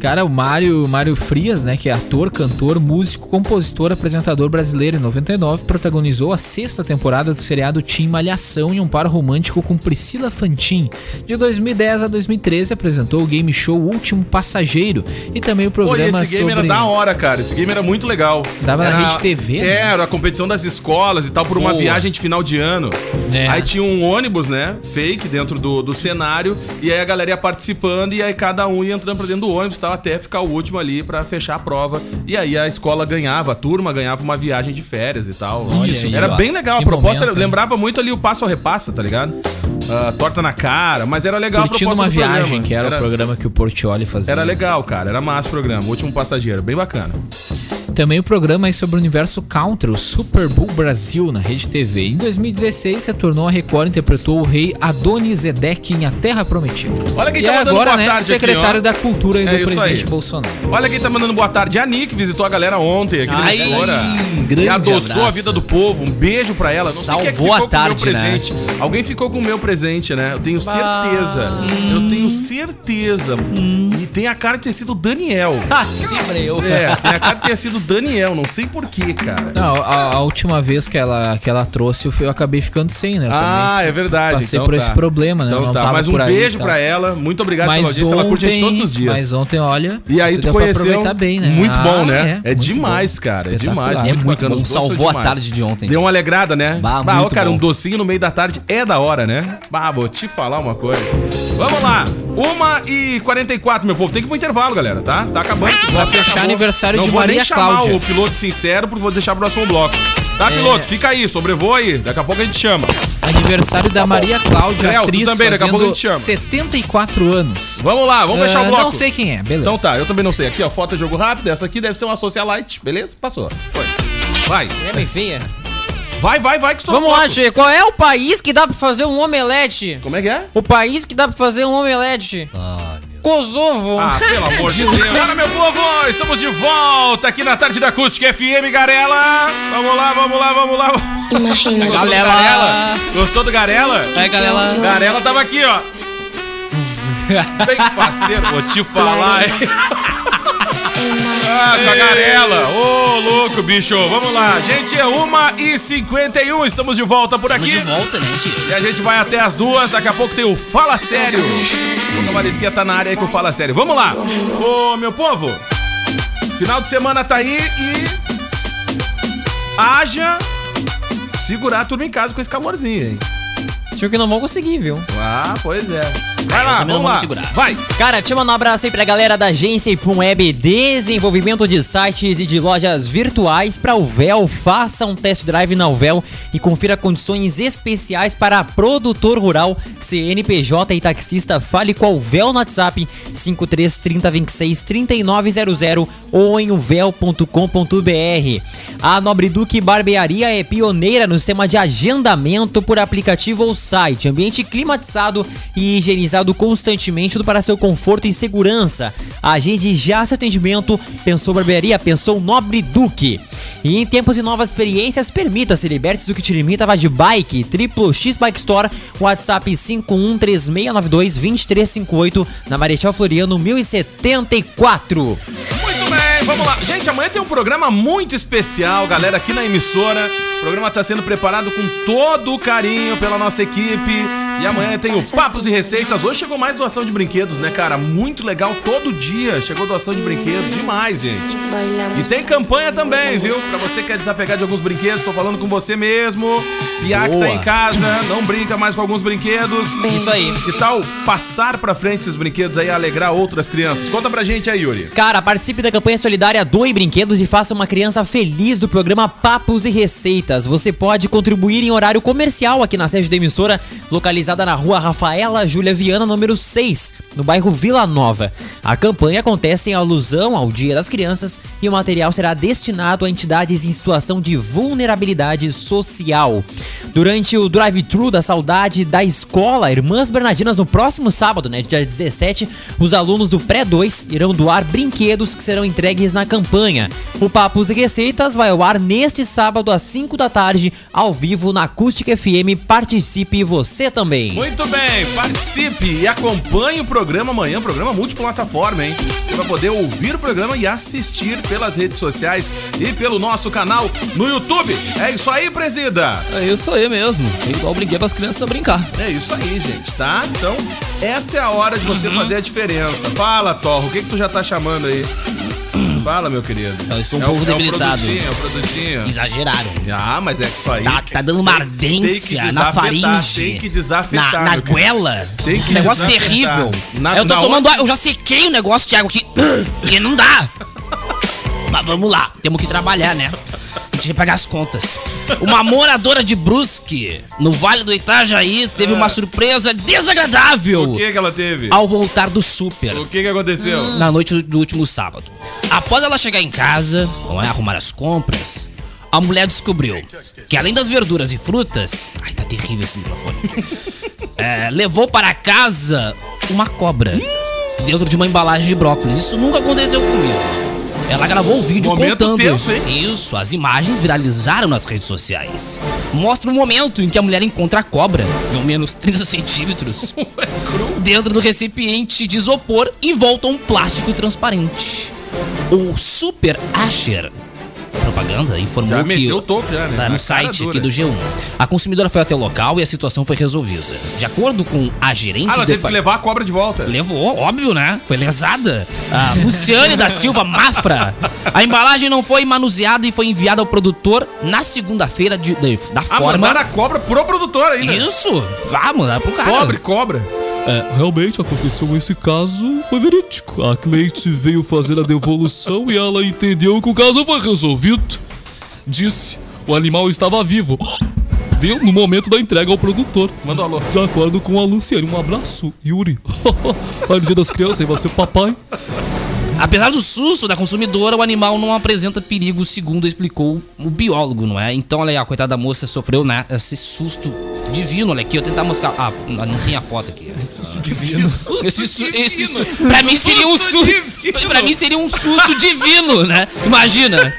S7: Cara, o Mário, Mário Frias, né, que é ator, cantor, músico, compositor, apresentador brasileiro em 99, protagonizou a sexta temporada do seriado Tim Malhação em um par romântico com Priscila Fantin. De 2010 a 2013 apresentou o game show O Último Passageiro e também o
S8: Pô, e
S7: programa
S8: esse game
S7: sobre...
S8: era da hora, cara. Esse game era muito legal.
S7: Dava na
S8: Era- É,
S7: Rede TV, né?
S8: Era a competição das escolas e tal, por uma
S7: Boa.
S8: viagem de final de ano.
S7: É.
S8: Aí tinha um ônibus, né? Fake dentro do, do cenário. E aí a galera ia participando e aí cada um ia entrando pra dentro do ônibus e tal, até ficar o último ali pra fechar a prova. E aí a escola ganhava, a turma ganhava uma viagem de férias e tal.
S7: Isso,
S8: Era
S7: cara.
S8: bem legal. A
S7: Que
S8: proposta
S7: momento,
S8: era-
S7: né?
S8: lembrava muito ali o passo ao repassa, tá ligado? Ah, torta na cara, mas era legal
S7: Curtindo uma
S8: do
S7: viagem,
S8: programa.
S7: que era, o programa que o Portioli fazia.
S8: Era legal, cara. Era massa o programa. O último passageiro, bem bacana.
S7: Também o programa aí sobre o universo Counter, o Super Bowl Brasil, na Rede TV. Em 2016, retornou a Record e interpretou o rei Adonisedec em A Terra Prometida.
S8: Olha quem
S7: e
S8: tá
S7: é
S8: mandando
S7: agora,
S8: boa
S7: né,
S8: tarde
S7: secretário
S8: aqui, ó.
S7: da Cultura e
S8: É
S7: do
S8: isso
S7: presidente
S8: aí. <laughs>
S7: Bolsonaro.
S8: Olha quem tá mandando boa tarde. A Nick visitou a galera ontem aqui na
S2: Ai,
S8: emissora.
S2: grande
S8: E adoçou
S2: abraço.
S8: a vida do povo. Um beijo pra ela. Não sei quem é que
S2: Salvou
S8: ficou
S2: a
S8: com o
S2: tarde,
S8: meu
S2: né?
S8: presente. Alguém ficou com o meu presente, né? Eu tenho certeza. Eu tenho certeza. E tem a cara de ter sido o Daniel.
S2: Ah, sempre eu.
S8: É, tem a cara de ter sido o Daniel. Não sei porquê, cara.
S7: Não, a, a última vez que ela, que ela trouxe, eu, fui- eu acabei ficando sem, né? Eu
S8: Ah,
S7: também
S8: é verdade.
S7: Passei
S8: Então
S7: por
S8: tá.
S7: esse problema, né? Eu
S8: Então
S7: não
S8: tá,
S7: tava
S8: mas um
S7: por aí,
S8: beijo
S7: tá.
S8: pra ela. Muito obrigado pela
S7: Mas
S8: audiência. ela curte a gente
S7: ontem,
S8: todos os dias.
S7: mas ontem, olha...
S8: E aí tu
S7: deu pra
S8: conheceu.
S7: aproveitar bem, né?
S8: Muito
S7: Ah,
S8: bom, né? É,
S7: muito
S8: demais,
S7: bom.
S8: cara. É
S7: Espetacular.
S8: demais.
S2: É muito
S8: bacana.
S2: bom,
S8: Os doces são
S2: salvou a
S8: demais.
S2: tarde de ontem.
S8: Deu uma alegrada, né?
S2: Bah,
S8: ô,
S2: muito
S8: cara,
S2: bom.
S8: um docinho no meio da tarde é da hora, né? Bah, vou te falar uma coisa. Vamos lá. 1 e 44 meu povo. Tem que ir pro intervalo, galera, tá? Tá acabando. Vai
S7: fechar aniversário de Maria
S8: Não vou nem
S7: Cláudia. É.
S8: chamar o piloto sincero, porque vou deixar pro próximo bloco. Tá, piloto? Fica aí, sobrevoa aí. Daqui a pouco a gente chama.
S7: Aniversário da Maria Cláudia,
S8: Creu, um tu
S7: atriz
S8: também, daqui a pouco a
S7: fazendo
S8: gente chama.
S7: 74 anos.
S8: Vamos lá, vamos fechar
S7: Ah,
S8: o bloco.
S7: Não sei quem é, beleza.
S8: Então tá, eu também não sei. Aqui, ó, foto é jogo rápido. Essa aqui deve ser uma socialite, beleza? Passou. Foi. Vai.
S6: É bem feia.
S8: Vai, vai, vai, que estou
S6: Vamos lá, Tchê. Qual é o país que dá pra fazer um omelete?
S8: Como é que é?
S6: O país que dá pra fazer um omelete? Kosovo.
S8: <laughs> Ah,
S6: <laughs>
S8: pelo amor de Deus. Agora, meu povo, estamos de volta aqui na tarde da Acústica FM, Garela. Vamos lá, vamos lá, vamos lá. Gostou do
S2: Galela.
S8: Garela? Gostou do Garela?
S2: Vai, galera.
S8: Garela tava aqui, ó. Bem parceiro, vou te falar, hein? Ah, com a garela. Ô, louco, bicho. Vamos lá. Gente, é 1h51. Estamos de volta por
S2: Estamos
S8: aqui.
S2: de volta, né, Diego?
S8: E a gente vai até as duas, daqui a pouco tem o Fala Sério. O Marisquinha tá na área aí que o Fala Sério. Vamos lá! Ô, meu povo, final de semana tá aí e. Haja segurar a turma em casa com esse calorzinho, hein?
S6: Acho que não vão conseguir, viu?
S8: Ah, pois é. Vai lá,
S2: também não
S8: vamos
S2: vou
S8: lá.
S2: me segurar.
S8: Vai!
S6: Cara, te mandar um abraço aí pra galera da agência e Ipum Web Desenvolvimento de sites e de lojas virtuais pra Uvel. Faça um test drive na Uvel e confira condições especiais para produtor rural, CNPJ e taxista. Fale com a Uvel no WhatsApp 5330263900 ou em uvel.com.br. A Nobre Duque Barbearia é pioneira no sistema de agendamento por aplicativo ou site. Ambiente climatizado e higienizado constantemente tudo para seu conforto e segurança. Agende já seu atendimento. Pensou barbearia? Pensou Nobre Duque. E em tempos de novas experiências, permita-se, liberte-se do que te limita, vá de bike. Triplo X Bike Store, WhatsApp 5136922358, na Marechal Floriano 1074.
S8: Muito bem, vamos lá. Gente, amanhã tem um programa muito especial, galera, aqui na emissora. O programa está sendo preparado com todo o carinho pela nossa equipe. E amanhã tem o Papos e Receitas. Hoje chegou mais doação de brinquedos, né, cara? Muito legal, todo dia chegou doação de brinquedos. Demais, gente. E tem campanha também, viu? Pra você que quer desapegar de alguns brinquedos, tô falando com você mesmo. Piá que tá
S7: Boa.
S8: em casa, não brinca mais com alguns brinquedos.
S2: Isso aí.
S8: Que tal passar pra frente esses brinquedos aí e alegrar outras crianças? Conta pra gente aí, Yuri.
S7: Cara, participe da campanha solidária Doe Brinquedos e faça uma criança feliz do programa Papos e Receitas. Você pode contribuir em horário comercial aqui na sede da emissora, localizada na rua Rafaela Júlia Viana, número 6, no bairro Vila Nova. A campanha acontece em alusão ao Dia das Crianças e o material será destinado a entidades em situação de vulnerabilidade social. Durante o drive-thru da saudade da escola Irmãs Bernardinas, no próximo sábado, né, dia 17, os alunos do Pré-2 irão doar brinquedos que serão entregues na campanha. O Papos e Receitas vai ao ar neste sábado às 5 da tarde, ao vivo na Acústica FM. Participe você também.
S8: Muito bem, participe e acompanhe o programa amanhã, um programa multiplataforma, hein? Você vai poder ouvir o programa e assistir pelas redes sociais e pelo nosso canal no YouTube. É isso aí, presida!
S2: É isso aí mesmo. É igual brinquei pras crianças brincar.
S8: É isso aí, gente, tá? Então, essa é a hora de
S2: Uhum.
S8: você fazer a diferença. Fala, Torro, o que, que tu já tá chamando aí? Fala, meu querido.
S2: Eu estou um
S8: É o-
S2: pouco debilitado.
S8: É o produtinho, é o produtinho.
S2: Exagararam.
S8: Ah, mas é que isso aí.
S2: Tá, tá dando uma ardência na
S8: desafetar,
S2: faringe.
S8: tem que desafetar,
S2: Na, na
S8: meu querido.
S2: guela.
S8: Tem que
S2: negócio
S8: desafetar.
S2: terrível.
S8: Na-
S2: eu tô
S8: na
S2: tomando
S8: onde?
S2: água. Eu já sequei o negócio de água
S8: <coughs>
S2: aqui. E não dá. Mas vamos lá. Temos que trabalhar, né? A gente tem que pagar as contas. Uma moradora de Brusque, no Vale do Itajaí, teve
S8: Ah.
S2: uma surpresa
S8: O
S2: desagradável
S8: que que ela teve?
S2: ao voltar do super
S8: O que que aconteceu?
S2: na noite do último sábado. Após ela chegar em casa, não é, arrumar as compras, a mulher descobriu que além das verduras e frutas. Ai, tá terrível esse microfone. É, levou para casa uma cobra dentro de uma embalagem de brócolis. Isso nunca aconteceu comigo. Ela gravou o vídeo
S8: Um
S11: É
S8: Momento
S2: contando.
S8: tenso, hein?
S2: Isso, as imagens viralizaram nas redes sociais. Mostra o momento em que a mulher encontra a cobra, de ao menos 30 centímetros, dentro do recipiente de isopor envolto a um plástico transparente. O Super Asher. Propaganda informou
S8: Já
S2: que.
S8: meteu o topo já, né?
S2: Tá
S8: Na
S2: no
S8: cara
S2: site
S8: dura.
S2: aqui do G1. A consumidora foi até o local e a situação foi resolvida. De acordo com a gerente
S8: Ah, ela
S2: do
S8: teve
S2: depa-
S8: que levar a cobra de volta.
S2: Levou, óbvio, né? Foi lesada. A Luciane da Silva Mafra. A embalagem não foi manuseada e foi enviada ao produtor na segunda-feira de- de- da
S8: Ah,
S2: forma.
S8: mandaram a cobra pro produtor ainda.
S2: Isso! Já, mano, é pro cara.
S8: Pobre cobra.
S11: É, realmente aconteceu esse caso, foi verídico. A cliente veio fazer a devolução e ela entendeu que o caso foi resolvido. Disse, o animal estava vivo. Deu no momento da entrega ao produtor.
S8: Manda um alô.
S11: De acordo com a Luciane, um abraço, Yuri. Olha o dia das crianças, aí vai ser papai.
S2: Apesar do susto da consumidora, o animal não apresenta perigo, segundo explicou o biólogo, não é? Então, olha aí, a coitada da moça sofreu, né? Esse susto divino, olha aqui, eu tentar moscar. Ah, não tem a foto aqui. Ah. Esse, su- esse su- pra mim seria um
S8: Susto
S2: susto.
S8: divino.
S2: Pra mim seria um susto divino, né? Imagina.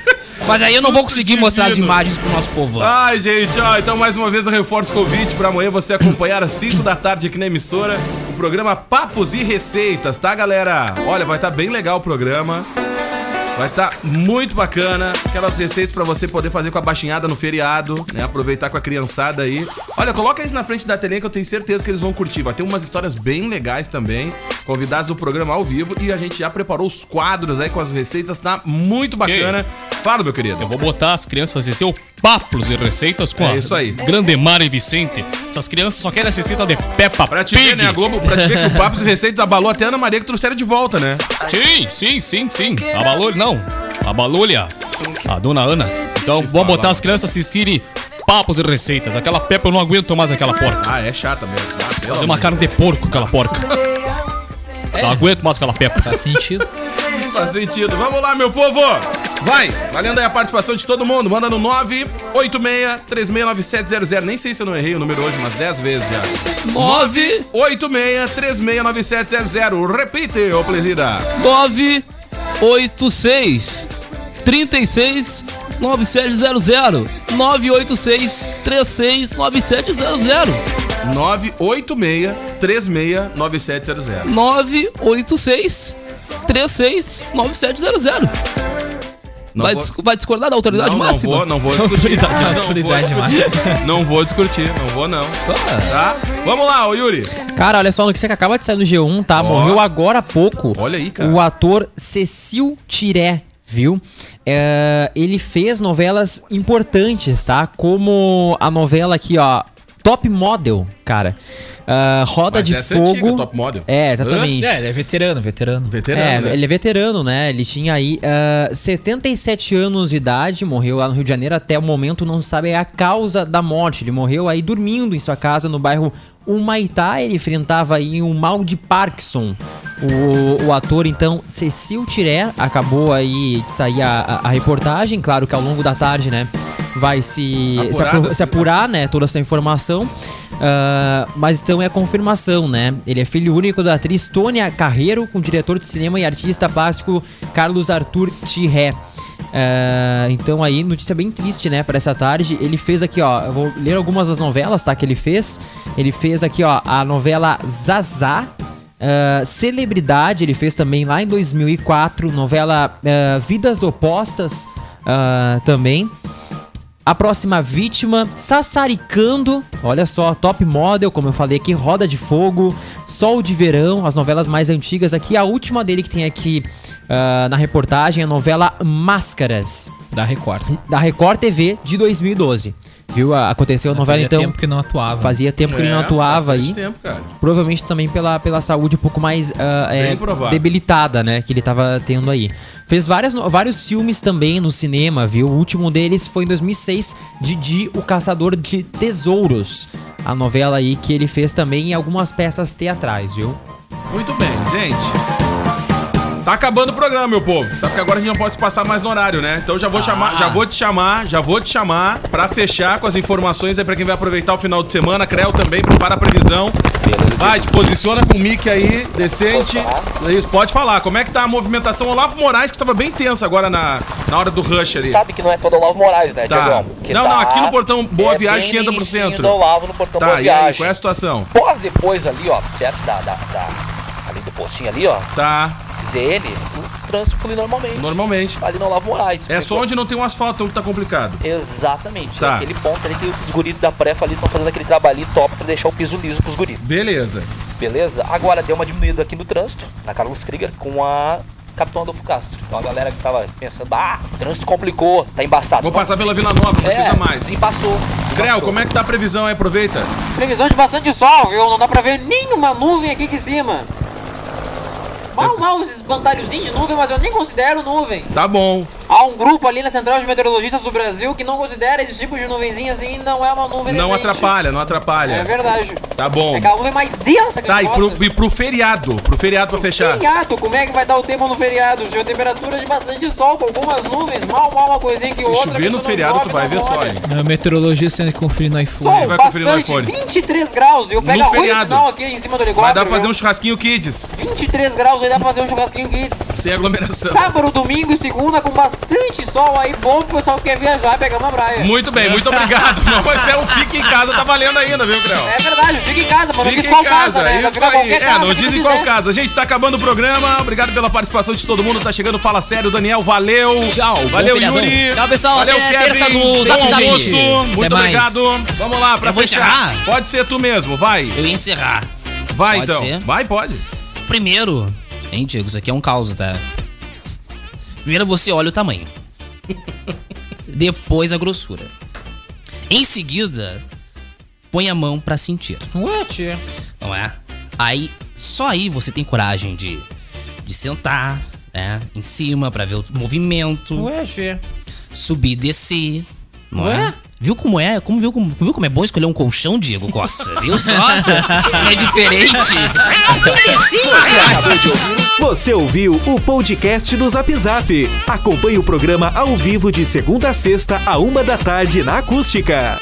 S2: Mas aí eu não vou conseguir mostrar as
S8: divino.
S2: imagens pro nosso povo.
S8: Ai, gente, ó, então mais uma vez eu reforço o convite pra amanhã você acompanhar às 5 da tarde aqui na emissora o programa Papos e Receitas, tá, galera? Olha, vai estar bem legal o programa. Vai estar muito bacana. Aquelas receitas pra você poder fazer com a baixinhada no feriado, né? Aproveitar com a criançada aí. Olha, coloca eles na frente da telinha que eu tenho certeza que eles vão curtir. Vai ter umas histórias bem legais também. Convidados do programa ao vivo. E a gente já preparou os quadros aí com as receitas. Tá muito bacana. Fala, meu querido.
S11: Eu <laughs> vou botar as crianças a assistir o Papos e Receitas com
S8: É
S11: a
S8: isso aí.
S11: Grandemar e Vicente. Essas crianças só querem assistir tal de Peppa
S8: Pra te
S11: Pig.
S8: ver, né, a Globo, pra te ver que o Papo e Receitas abalou até a Ana Maria que trouxeram de volta, né?
S11: Sim, sim, sim, sim. A Balolha, não. A Balolha. A dona Ana. Então, vamos botar as crianças a assistirem papos e receitas. Aquela Peppa eu não aguento mais aquela porca.
S8: Ah, é chata mesmo. Ah, pelo
S11: Deu
S8: amor
S11: uma
S8: de
S11: cara de porco aquela porca. Não aguento mais aquela Peppa.
S7: É. Faz sentido.
S8: Deus, Faz sentido. Vamos lá, meu povo! Vai, valendo aí a participação de todo mundo. Manda no 986-369700. Nem sei se eu não errei o número hoje, umas 10 vezes já.
S2: 9,
S8: 86-369700. Repite, ô Plesida.
S2: 9, 8, 6, 36, 9700. 986, 36, 9700.
S8: 986-369700.
S2: 986, 36, 9700.
S8: Não
S2: vai,
S8: vou-
S2: discu- vai discordar da autoridade
S8: não, não
S2: máxima?
S8: vou, não vou discutir.
S7: Autoridade
S8: Não, não, vou
S7: autoridade
S8: discutir. não vou discutir, não vou não. Tá? Vamos lá, ô Yuri.
S7: Cara, olha só, no um, que você acaba de sair no G1, tá? Morreu agora há pouco.
S8: Olha aí, cara.
S7: O ator Cecil Tiré. viu? É, ele fez novelas importantes, tá? Como a novela aqui, ó. Top Model, cara. Ah, Roda
S8: Mas
S7: de
S8: essa é
S7: Fogo.
S8: antiga, Top Model.
S7: É, exatamente.
S12: É, ele é veterano, veterano.
S8: Veterano,
S7: é,
S8: né?
S7: ele é veterano, né? Ele tinha aí ah, 77 anos de idade, morreu lá no Rio de Janeiro. Até o momento não se sabe a causa da morte. Ele morreu aí dormindo em sua casa no bairro Humaitá. Ele enfrentava aí um mal de Parkinson. O, o ator, então, Cecil Tiré, acabou aí de sair a, a- a reportagem. Claro que ao longo da tarde, né? Vai se, se,
S8: Apurada,
S7: apro- se apurar, né? Toda essa informação. Ah, mas então é a confirmação, né? Ele é filho único da atriz Tônia Carreiro, com o diretor de cinema e artista plástico Carlos Arthur Tirré. Ah, então aí, notícia bem triste, né, para essa tarde. Ele fez aqui, ó, eu vou ler algumas das novelas, tá, que ele fez. Ele fez aqui, ó, a novela Zazá, ah, celebridade, ele fez também lá em 2004, novela ah, Vidas Opostas ah, também. A próxima vítima, Sassaricando, olha só, Top Model, como eu falei aqui, Roda de Fogo, Sol de Verão, as novelas mais antigas aqui. A última dele que tem aqui ah, na reportagem é a novela Máscaras,
S12: Da Record.
S7: da Record TV de 2012. Viu? Ah, Aconteceu a novela
S12: Fazia
S7: então.
S12: tempo que não atuava.
S7: Fazia tempo que ele não
S8: É,
S7: atuava
S8: bastante
S7: aí.
S8: tempo, cara.
S7: Provavelmente também pela, pela saúde um pouco mais ah, é,
S8: Bem provável.
S7: debilitada, né? Que ele tava tendo aí. Fez várias, no- vários filmes também no cinema, viu? O último deles foi em 2006, Didi, o Caçador de Tesouros. A novela aí que ele fez também em algumas peças teatrais, viu?
S8: Muito bem, gente. Tá acabando o programa, meu povo. Sabe que agora a gente não pode se passar mais no horário, né? Então já vou chamar,
S7: Ah.
S8: já vou te chamar, já vou te chamar pra fechar com as informações aí pra quem vai aproveitar o final de semana. Creu também, prepara a previsão. Vai, te posiciona com o mic aí, decente. Isso, pode falar. Como é que tá a movimentação? Olavo Moraes, que tava bem tenso agora na, na hora do rush ali.
S9: Sabe que não é todo Olavo Moraes, né,
S8: Tá.
S9: Diagão?
S8: Não, não, aqui no portão Boa Viagem que entra pro centro.
S9: do Olavo no portão Boa
S8: Tá, e aí,
S9: Viagem.
S8: qual é a situação?
S9: Pós depois ali, ó, perto da, da, da- ali do postinho ali, ó,
S8: Tá,
S9: ZN, o trânsito flui normalmente.
S8: normalmente.
S9: Ali no Olavo Moraes.
S8: É só onde não tem um asfalto que tá complicado.
S9: Exatamente.
S8: Tá.
S9: Aquele ponto ali que os guris da prefa ali estão fazendo aquele trabalhinho top pra deixar o piso liso pros guris.
S8: Beleza.
S9: Beleza? Agora deu uma diminuída aqui no trânsito, na Carlos Krieger, com a Capitão Adolfo Castro. Então a galera que tava pensando, ah, o trânsito complicou, tá embaçado.
S8: Vou passar pela Vila Nova, não
S9: É,
S8: precisa mais.
S9: Sim, passou. Sim,
S8: Creu,
S9: passou.
S8: como é que tá a previsão aí? Aproveita.
S6: Previsão de bastante sol, viu? Não dá pra ver nenhuma nuvem aqui de cima. Mal, mal esses espantalhozinhos de nuvem, mas eu nem considero nuvem.
S8: Tá bom.
S6: Há um grupo ali na Central de Meteorologistas do Brasil que não considera esse tipo de nuvenzinha assim, não é uma nuvem
S8: Não
S6: decente.
S8: atrapalha, não atrapalha.
S6: É verdade.
S8: Tá bom.
S6: É aquela nuvem mais densa que
S8: Tá, e
S6: grossa.
S8: pro, e pro feriado. Pro feriado pra fechar.
S6: Feriado, como é que vai dar o tempo no feriado? Tinha temperatura de bastante sol, com algumas nuvens, mal, mal uma coisinha que
S8: Se
S6: outra. que
S8: chover no
S6: não
S8: feriado,
S6: chove,
S8: tu vai
S6: não
S8: ver só,
S6: molha.
S8: hein.
S12: É, O meteorologista tem que conferir no iPhone.
S6: Sol,
S8: vai conferir no
S6: bastante,
S8: iPhone.
S6: 23 graus. Eu pego
S8: No
S6: a rua
S8: feriado.
S6: sinal aqui em cima do
S8: Vai
S6: helicóptero.
S8: dar pra fazer
S6: viu?
S8: um churrasquinho kids.
S6: 23 graus, aí dá pra fazer um churrasquinho kids.
S8: Sem aglomeração.
S6: Sábado, domingo e segunda com bastante sol aí, bom pro pessoal que quer viajar e pegar uma praia.
S8: Muito bem, muito
S6: <laughs>
S8: obrigado. Não, mas é o Fique em Casa, tá valendo ainda, viu, Creu?
S6: É verdade, fica em casa, né? mano.
S8: Fique
S6: Fica
S8: em casa, é isso aí.
S6: qualquer
S8: É,
S6: casa
S8: não
S6: que
S8: diz
S6: tu
S8: em qual
S6: quiser.
S8: casa. Gente, tá acabando o programa. Obrigado pela participação de todo mundo. Tá chegando, fala sério, Daniel. Valeu.
S13: Tchau, bom
S8: Valeu,
S13: feriadão.
S8: Yuri.
S13: Tchau, pessoal,
S8: Valeu,
S13: até terça no
S8: Bom
S13: Zap Zap.
S8: almoço.
S13: Até
S8: Muito
S13: mais.
S8: obrigado. Vamos lá, pra
S13: Eu vou
S8: fechar.
S13: encerrar?
S8: Pode ser tu mesmo, vai.
S13: Eu ia encerrar.
S8: Vai
S13: Pode
S8: então.
S13: ser?
S8: Vai, pode.
S13: Primeiro, hein, Diego, isso aqui é um caos, tá? Primeiro você olha o
S7: <laughs>
S13: tamanho. Depois a grossura. Em seguida, põe a mão pra sentir.
S7: Ué, tia.
S13: não é? Aí, só aí você tem coragem de, de sentar, né? Em cima pra ver o movimento,
S7: Ué, tia.
S13: subir e descer, não é?
S7: Ué?
S13: Viu como é? Como, viu, como, viu como é bom escolher um colchão, Diego Costa? Viu
S7: <laughs>
S13: só? é diferente.
S7: Ah, um
S13: <laughs>
S7: né?
S1: Você ouviu o podcast do Zap Zap. Acompanhe o programa ao vivo de segunda a sexta, a uma da tarde na Acústica.